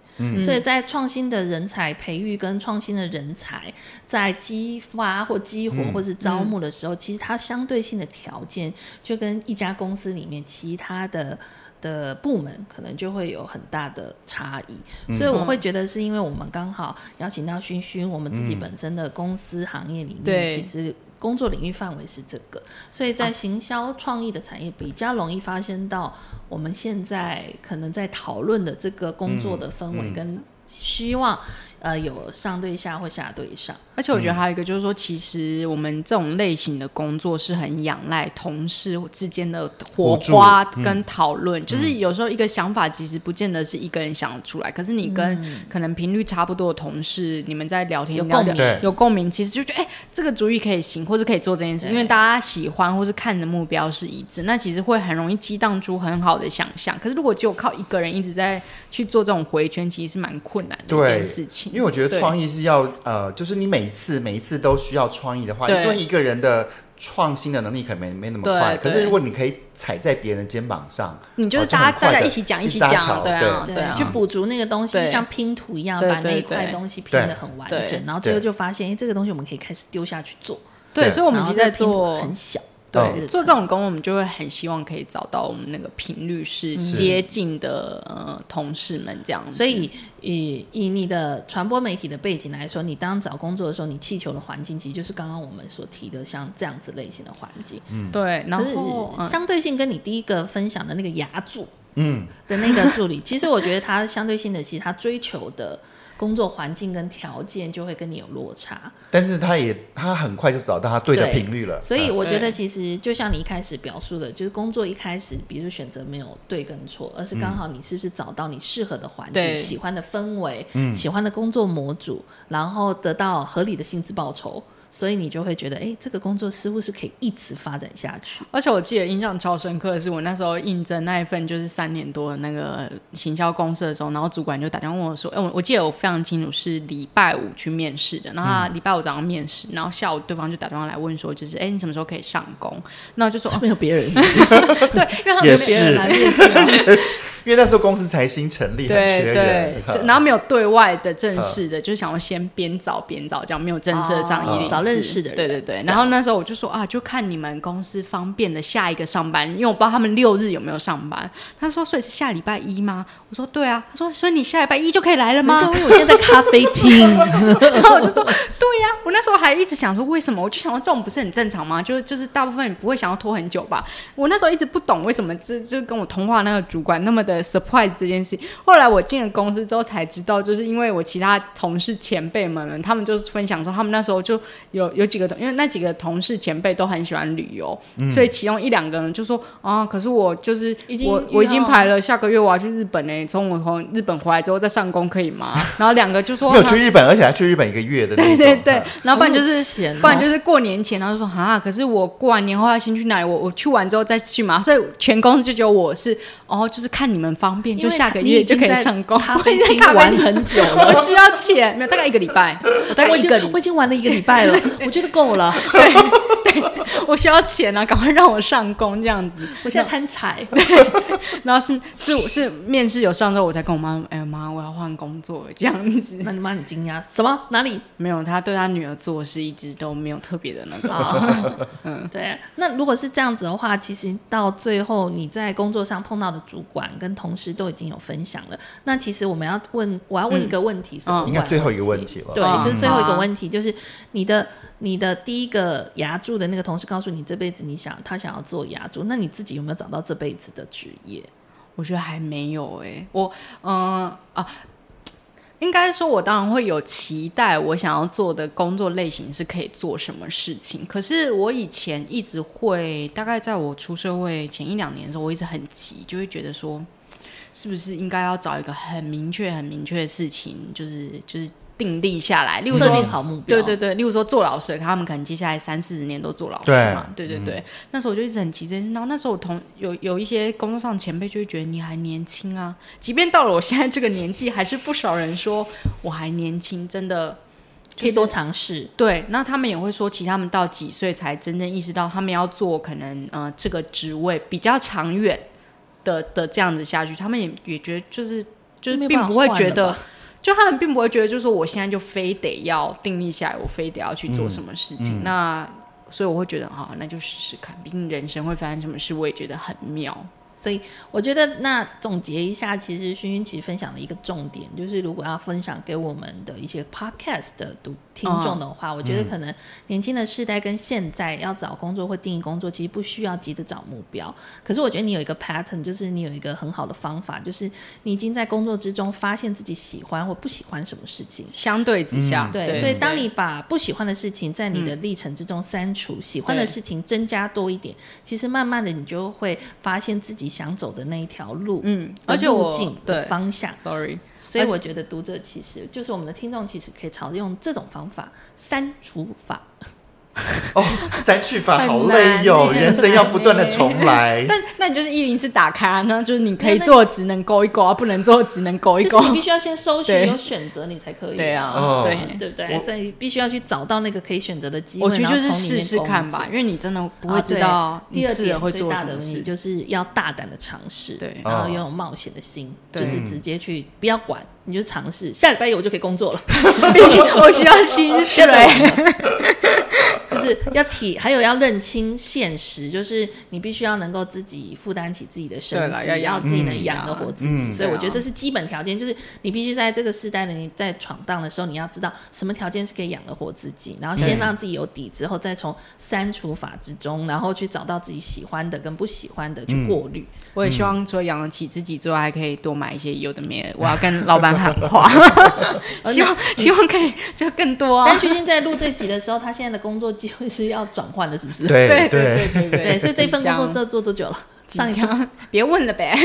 所以在创新的人才培育跟创新的人才，在激发或激活或是招募的时候，其实它相对性的条件就跟一家公司里面其他的的部门可能就会有很大的差异。所以我会觉得是因为我们刚好邀请到熏熏，我们自己本身的公司行业里面，
对
其实工作领域范围是这个，所以在行销创意的产业比较容易发生到我们现在可能在讨论的这个工作的氛围
嗯
跟希望，呃，有上对下或下对上。
而且我
嗯
觉得还有一个就是说，其实我们这种类型的工作是很仰赖同事之间的火花
嗯
跟讨论。就是有时候一个想法其实不见得是一个人想得出来，可是你跟可能频率差不多的同事，你们在聊天
嗯有
聊
共
着
鸣
对
有共鸣，其实就觉得哎、这个主意可以行，或是可以做这件事，
对
因为大家喜欢或是看的目标是一致，那其实会很容易激荡出很好的想象。可是如果只有靠一个人一直在去做这种回圈，其实是蛮困难的一
对
件事情。
因为我觉得
对
创意是要呃，就是你每次每一次都需要创意的话，
对
因为一个人的创新的能力可能没没那么
对
快，可是
对
如果你可以踩在别人的肩膀上，
你就是
哦就很
大家
快
大家
的
一起讲
一
一起
搭
讲
桥
对啊
对
对啊
去补足那个东西，
对
就像拼图一样，
对
把那一
对
块
对
东西拼得很完
对
整，然后最后
对
就发现，哎，这个东西我们可以开始丢下去做。
对，
对
所以我们
然
其
后
实
这个拼
在
图
做嗯
很小，
对
就是
做这种工，我们就会很希望可以找到我们那个频率是接近的呃同事们这样子。
所以以以你的传播媒体的背景来说，你当找工作的时候，你气球的环境其实就是刚刚我们所提的像这样子类型的环境。
对，然
可是
后嗯
相对性跟你第一个分享的那个牙柱，嗯，的那个助理，其实我觉得他相对性的，其实他追求的工作环境跟条件就会跟你有落差。
但是他也他很快就找到他对的
对
频率了，
所以
嗯
我觉得
对
其实就像你一开始表述的，就是工作一开始，比如说选择没有对跟错，而是刚好你是不是找到你适合的环境、
对
喜欢的氛围、喜欢的工作模组，然后得到合理的薪资报酬，所以你就会觉得，哎，这个工作似乎是可以一直发展下去。
而且我记得印象超深刻的是，我那时候应征那一份就是三年多的那个行销公司的时候，然后主管就打电话问我说：“哎、我我记得我非常清楚是礼拜五去面试的，然后他礼拜五早上面试，然后下午对方就打电话来问说，就是哎、你什么时候可以上工？那我就说、
是
哦
没有别人，
<laughs> 对，因为他们
也
有
是
别人来啊面试。”
因为那时候公司才新成立，很缺
对对
人，，
<laughs>
就然后没有对外的
嗯
正式的，就是想要先边找边找，这样没有正式的上
哦
一零
找认识的人
对对对。然后那时候我就说啊，就看你们公司方便的下一个上班，因为我不知道他们六日有没有上班。他说，所以是下礼拜一吗？我说对啊。他说，所以你下礼拜一就可以来了
没错，
吗？
<laughs> 因为我现在在咖啡厅，
然后我就
<laughs>
说，对呀、我那时候还一直想说，为什么？我就想说，这种不是很正常吗？就是就是大部分人不会想要拖很久吧。我那时候一直不懂为什么就就跟我通话那个主管那么的 surprise 这件事。后来我进了公司之后才知道，就是因为我其他同事前辈们们，他们就是分享说，他们那时候就有有几个同，因为那几个同事前辈都很喜欢旅游，
嗯
所以其中一两个人就说啊，可是我就是
已经
我
遇到
我已经排了下个月我要去日本呢、欸从我从日本回来之后再上工可以吗？然后两个就
<laughs>
说哦
没有去日本，而且还去日本一个月的那
对
种，
对对
嗯，
然后不然就
好有
是
钱，哦
不然就是过年前，然后就说啊，可是我过完年后要先去哪里？我我去完之后再去嘛，所以全公司就觉得我是哦，就是看你们方便，就下个月就可以上工。
咖
我
啡
已经
厅
在咖
玩
啡厅，
很久了，
<laughs> 我需要钱，没有大概一个礼拜，我大概
我已
一个礼
经我哎已经玩了一个礼拜了，我觉得够了，
我需要钱啊，赶 <laughs> 快让我上工这样子。
<laughs> 我现在贪财。
然后是是我是面试有上之后，我才跟我妈说，哎妈，我要换工作了这样子。
那你妈很惊讶，什么哪里？
没有，他对他女儿做事一直都没有特别的那个。
啊，对。那如果是这样子的话，其实到最后你在工作上碰到的主管跟同事都已经有分享了。那其实我们要问，我要问一个问题，是
嗯
应该最后一个问题了
对，
嗯
就是最后一个问题，就是你的你的第一个牙柱的那个同事告诉你，这辈子你想他想要做牙柱，那你自己有没有找到这辈子的职业？
我觉得还没有诶、我嗯、呃啊，应该说，我当然会有期待，我想要做的工作类型是可以做什么事情。可是我以前一直会，大概在我出社会前一两年的时候，我一直很急，就会觉得说，是不是应该要找一个很明确、很明确的事情，就是就是定立下来，例如说
设定好目标，
对对对，例如说做老师，他们可能接下来三四十年都做老师
对
嘛，对对
嗯
对。那时候我就一直很急这件事，然后那时候我同有有一些工作上前辈就会觉得你还年轻啊，即便到了我现在这个年纪，还是不少人说我还年轻，真的
可以多尝试。
对，那他们也会说，其实他们到几岁才真正意识到，他们要做可能呃这个职位比较长远的的这样子下去，他们也也觉得就是就是
没有
并
办法
不会
换
觉
了
得
吧，
就他们并不会觉得，就是说我现在就非得要定义下来，我非得要去做什么事
嗯
情。那所以我会觉得，好，那就试试看。毕竟人生会发生什么事，我也觉得很妙。
所以我觉得，那总结一下，其实勋勋其实分享的一个重点，就是如果要分享给我们的一些 podcast 的读听众的话，我觉得可能年轻的世代跟现在要找工作或定义工作，其实不需要急着找目标。可是我觉得你有一个 pattern，就是你有一个很好的方法，就是你已经在工作之中发现自己喜欢或不喜欢什么事情。
相对嗯之下，
嗯对，所以当你把不喜欢的事情在你的历程之中删除，喜欢的事情增加多一点，其实慢慢的你就会发现自己想走的那一条路，
嗯
的
而且
路
我
径的
对
方向。
sorry，
所以
而且
我觉得读者其实就是我们的听众，其实可以朝着用这种方法删除法。
哦，删去法好
很
累
难
哟、
欸
人生要不断的重来。
但那你就是一零四打开啊，那就是你可
没有
以
那
做的只能勾一勾啊，不能做的只能勾一
就
勾
是。你必须要先搜寻
对
有选择，你才可以。
对啊，
哦
对。
对不对？
我
所以必须要去找到那个可以选择的机会，
我觉得
然后
就是
从里
试
面
试看
工作
吧，因为你真的不
啊
会知
对
道你
第二
试了
点
会
最
做
大
什
的
么
你
<laughs> 事。
就是要大胆的尝试，
对
然后
哦
拥有冒险的心，
嗯
对
就是直接去，不要管，你就尝试。下礼拜一我就可以工作了， <laughs>
我需要薪
不要
水。
再玩了。就是要体，还有要认清现实，就是你必须要能够自己负担起自己的生
对啦
计，
要
要
养
自己
自
能
己
养
啊
得活自己。
嗯
所以我
对啊
觉得这是基本条件，就是你必须在这个时代的你在闯荡的时候，你要知道什么条件是可以养得活自己，然后
嗯
先让自己有底，之后再从删除法之中，然后去找到自己喜欢的跟不喜欢的
嗯
去过滤。
<laughs> 我也希望除了养得起自己之外，还可以多买一些有的没的。我要跟老板喊
<laughs>
话， <laughs> 希
哦
望希望可以就更多啊
但。徐静在录这集的时候，他现在的工作机会是要转换的，是不是？
对对
<laughs> 对对对
对，所以这份工作
即将
做做多久了？上一
即
份
将别问了
<laughs>
呗。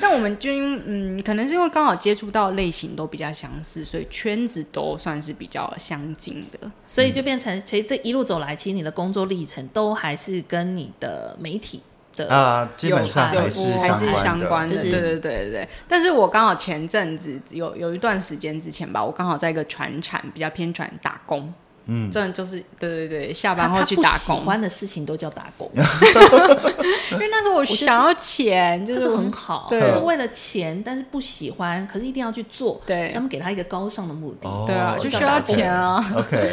但我们就因嗯，可能是因为刚好接触到类型都比较相似，所以圈子都算是比较相近的。
所以
嗯
就变成，其实这一路走来，其实你的工作历程都还是跟你的媒体的，
啊，基本上
有
还是
还是
相
相
关
关
的，
的，
嗯就是
对对对对对。但是我刚好前阵子有有一段时间之前吧，我刚好在一个船产比较偏船打工，嗯，真的就是对对对，下
他
班
他
后
不
去
喜
打工，
欢的事情都叫打
<laughs>
工，
因为那时候我
觉得
想要钱，就
这
是
个
我
很好，就
对
是为了钱，但是不喜欢，可是一定要去做。
对
咱们给他一个高尚的目的。
哦
对啊，就需要钱啊。 <laughs>
OK，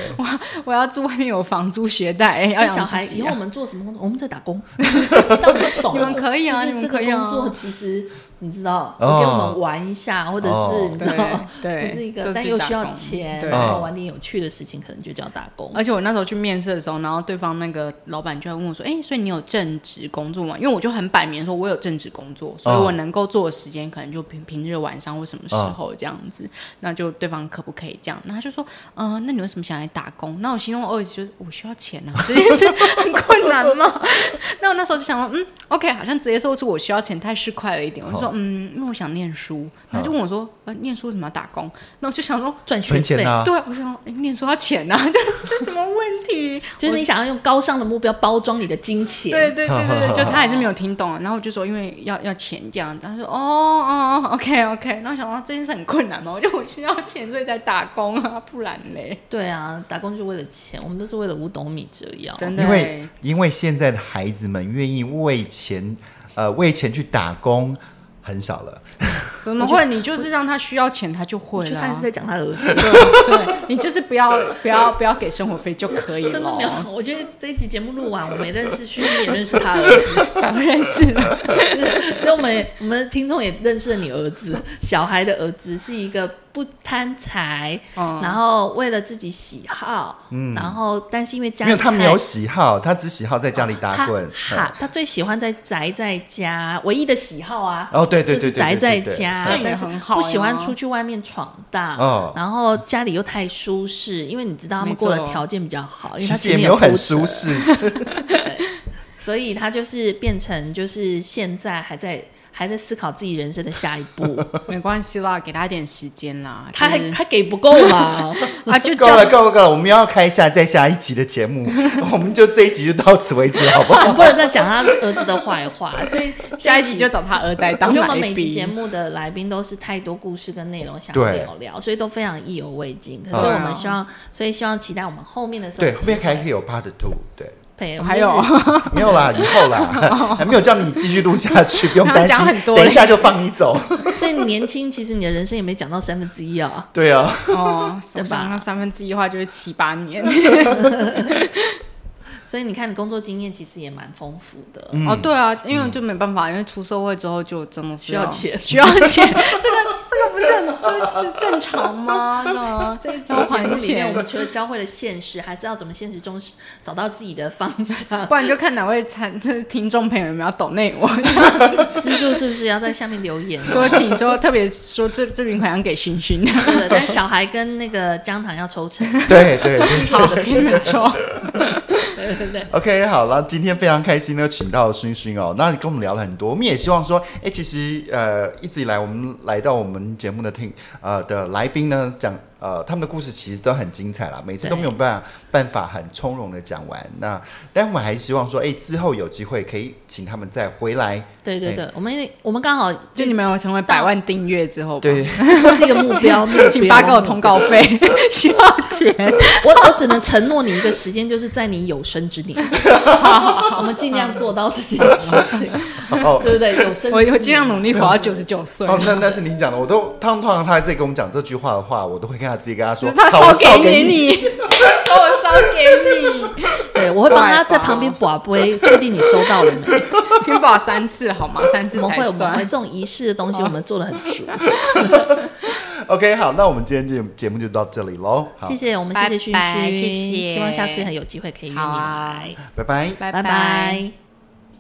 我要住外面有房租学贷，哎要
所以
养
小孩
自己
以后
啊
我们做什么工作，我们在打
<laughs>
工，但我不懂。
你们可以啊
就是这个
你们可以啊
工作其实你知道，只给
哦
我们玩一下，或者是
哦
你知道，
对
<laughs>
对，
不是一
就
个，但又需
打
要
工
钱，
对
然后玩点有趣的事情，可能就叫打工。
而且我那时候去面试的时候，然后对方那个老板就会问我说：“哎、所以你有正职工作吗？”因为我就很摆明说，我有正职工作，所以我能够做的时间可能就平平日晚上或什么时候这样子。那就对方可不可以这样？那他就说：“嗯、那你为什么想来打工？”那我心中二思就是我需要钱啊，这件事很困难嘛。那我那时候就想说：“嗯，OK，好像直接说出我需要钱太市侩了一点。”我就说：“嗯，因为我想念书。”他就问我说：“呃，念书为什么要打工？”那我就想说。
赚学
存钱
费，
啊，
对，我想、诶念书要钱呐、啊，这 <laughs> 这什么问
<laughs>
题？
就是你想要用高尚的目标包装你的金钱。
对对对对
<laughs>
对，就他还是没有听懂，然后我就说因为要要钱这样，他说哦哦哦，OK OK，然后我想到这件事很困难嘛，我就我需要钱所以才打工啊，不然嘞，
对啊，打工就是为了钱，我们都是为了五斗米折腰。
真的
因为
欸，
因为现在的孩子们愿意为钱，呃，为钱去打工很少了。
怎么会？你就是让他需要钱，他就
我
会
觉得
了
他还
啊
是。在讲他儿子，
对，对你就是不要不要不要给生活费就可以
<laughs> <laughs>
了，
真的没有。我觉得这一集节目录完，我们也认识旭也认识他儿子，
早就
<laughs>
认识了。
就是就我们我们听众也认识了你儿子，小孩的儿子是一个不贪财，
嗯
然后为了自己喜好，然后但是因为家
因
里
为嗯他没
太
有喜嗯好，他只喜好在家里打
他
滚。
哈，他最喜欢在宅在家，唯一的喜好啊。
哦，对对
就
对
是
对，
宅在
对对对
家，
这样也
但是
很好啊
不喜欢
呀
出去外面闯荡
哦，
然后家里又太舒适，因为你知道他们
没错
过的条件比较好，因为
其
他
实
前
也没
面
有很
铺
舒
陈，
适，
<laughs> 所以他就是变成就是现在还在还在思考自己人生的下一步，
没关系啦，给他一点时间啦。
他
就
还
是
他给不够
<laughs>
嘛，
啊，就
够
叫
了够了够了，我们要开下再下一集的节
<laughs>
目，我们就这一集就到此为止，好不
我 <laughs>
好？
不能再讲他儿子的坏
<laughs>
话，所以
下一集就找他儿子来当
我觉
来
得我
宾。
们每集节目的来宾都是太多故事跟内容想
对
聊聊，所以都非常意犹未尽。可是
啊
我们希望，所以希望期待我们后面的时候
对，
有
后
机会，
面还可以有 Part Two，对，
<laughs> 配我们
还
就是
有
没
哦
有啦，以后啦，还没有叫你继续录下去，不用
<laughs>
他
担心
讲很，多
等一下就放你走。
所以你年轻，其实你的人生也没讲到三分之一啊。
对啊，
哦，
<laughs> 对吧
手上那三分之一的话就是七
<laughs>
八年。
所以你看，你工作经验其实也蛮丰富的。
哦，对啊，因为就没办法，因为出社会之后就真的
嗯需要钱
需要
<laughs>
钱，这个这个不是很这这正
<laughs>
常吗？对啊，要还
里面，我
钱
们，除了教会了现实，还知道怎么现实中找到自己的方
<laughs>
向。
不然就看哪位参就是听众朋友有没有抖内我， <laughs>
资助是不是要在下面留言？
说请说特别说这这笔款项给
<laughs>
勋勋，
对的，但小孩跟那个姜糖要抽成，
对对对。
好的偏难抽。
对对对。
OK，好了，今天非常开心呢，请到勋勋哦，那跟我们聊了很多，我们也希望说，哎、其实呃，一直以来我们来到我们节目的听呃的来宾呢，讲呃他们的故事其实都很精彩啦，每次都
对
没有办法办法很从容的讲完，那但我们还希望说，哎、之后有机会可以请他们再回来，
对对对，我们我们刚好
就你们有成为百万订阅之后，，
对， <laughs>
这是一个目标，目标
请发给我通告费， <laughs> 需要钱。
我我只能承诺你一个时间，就是在你有生之年，我们尽量做到这件事情，
哦
对不对？有生
我我尽量努力活到九十九岁。
哦，那那是你讲的，我都通通常他在跟我们讲这句话的话，我都会跟他直接跟他说，
是他
好我
烧给
给
你，你 <laughs> 说我烧给你，
对，我会帮他在旁边把杯，确定你收到了没？
请保三次好吗？三次
我们会
才
我们会
算
这。种仪式的东西，我们做的很足。
OK，好，那我们今天这节目就到这里喽，好
谢，谢，我们谢谢勋
拜拜
勋，
谢谢
希望下次很有机会可以约你
好啊
来，
拜拜。
拜
拜拜。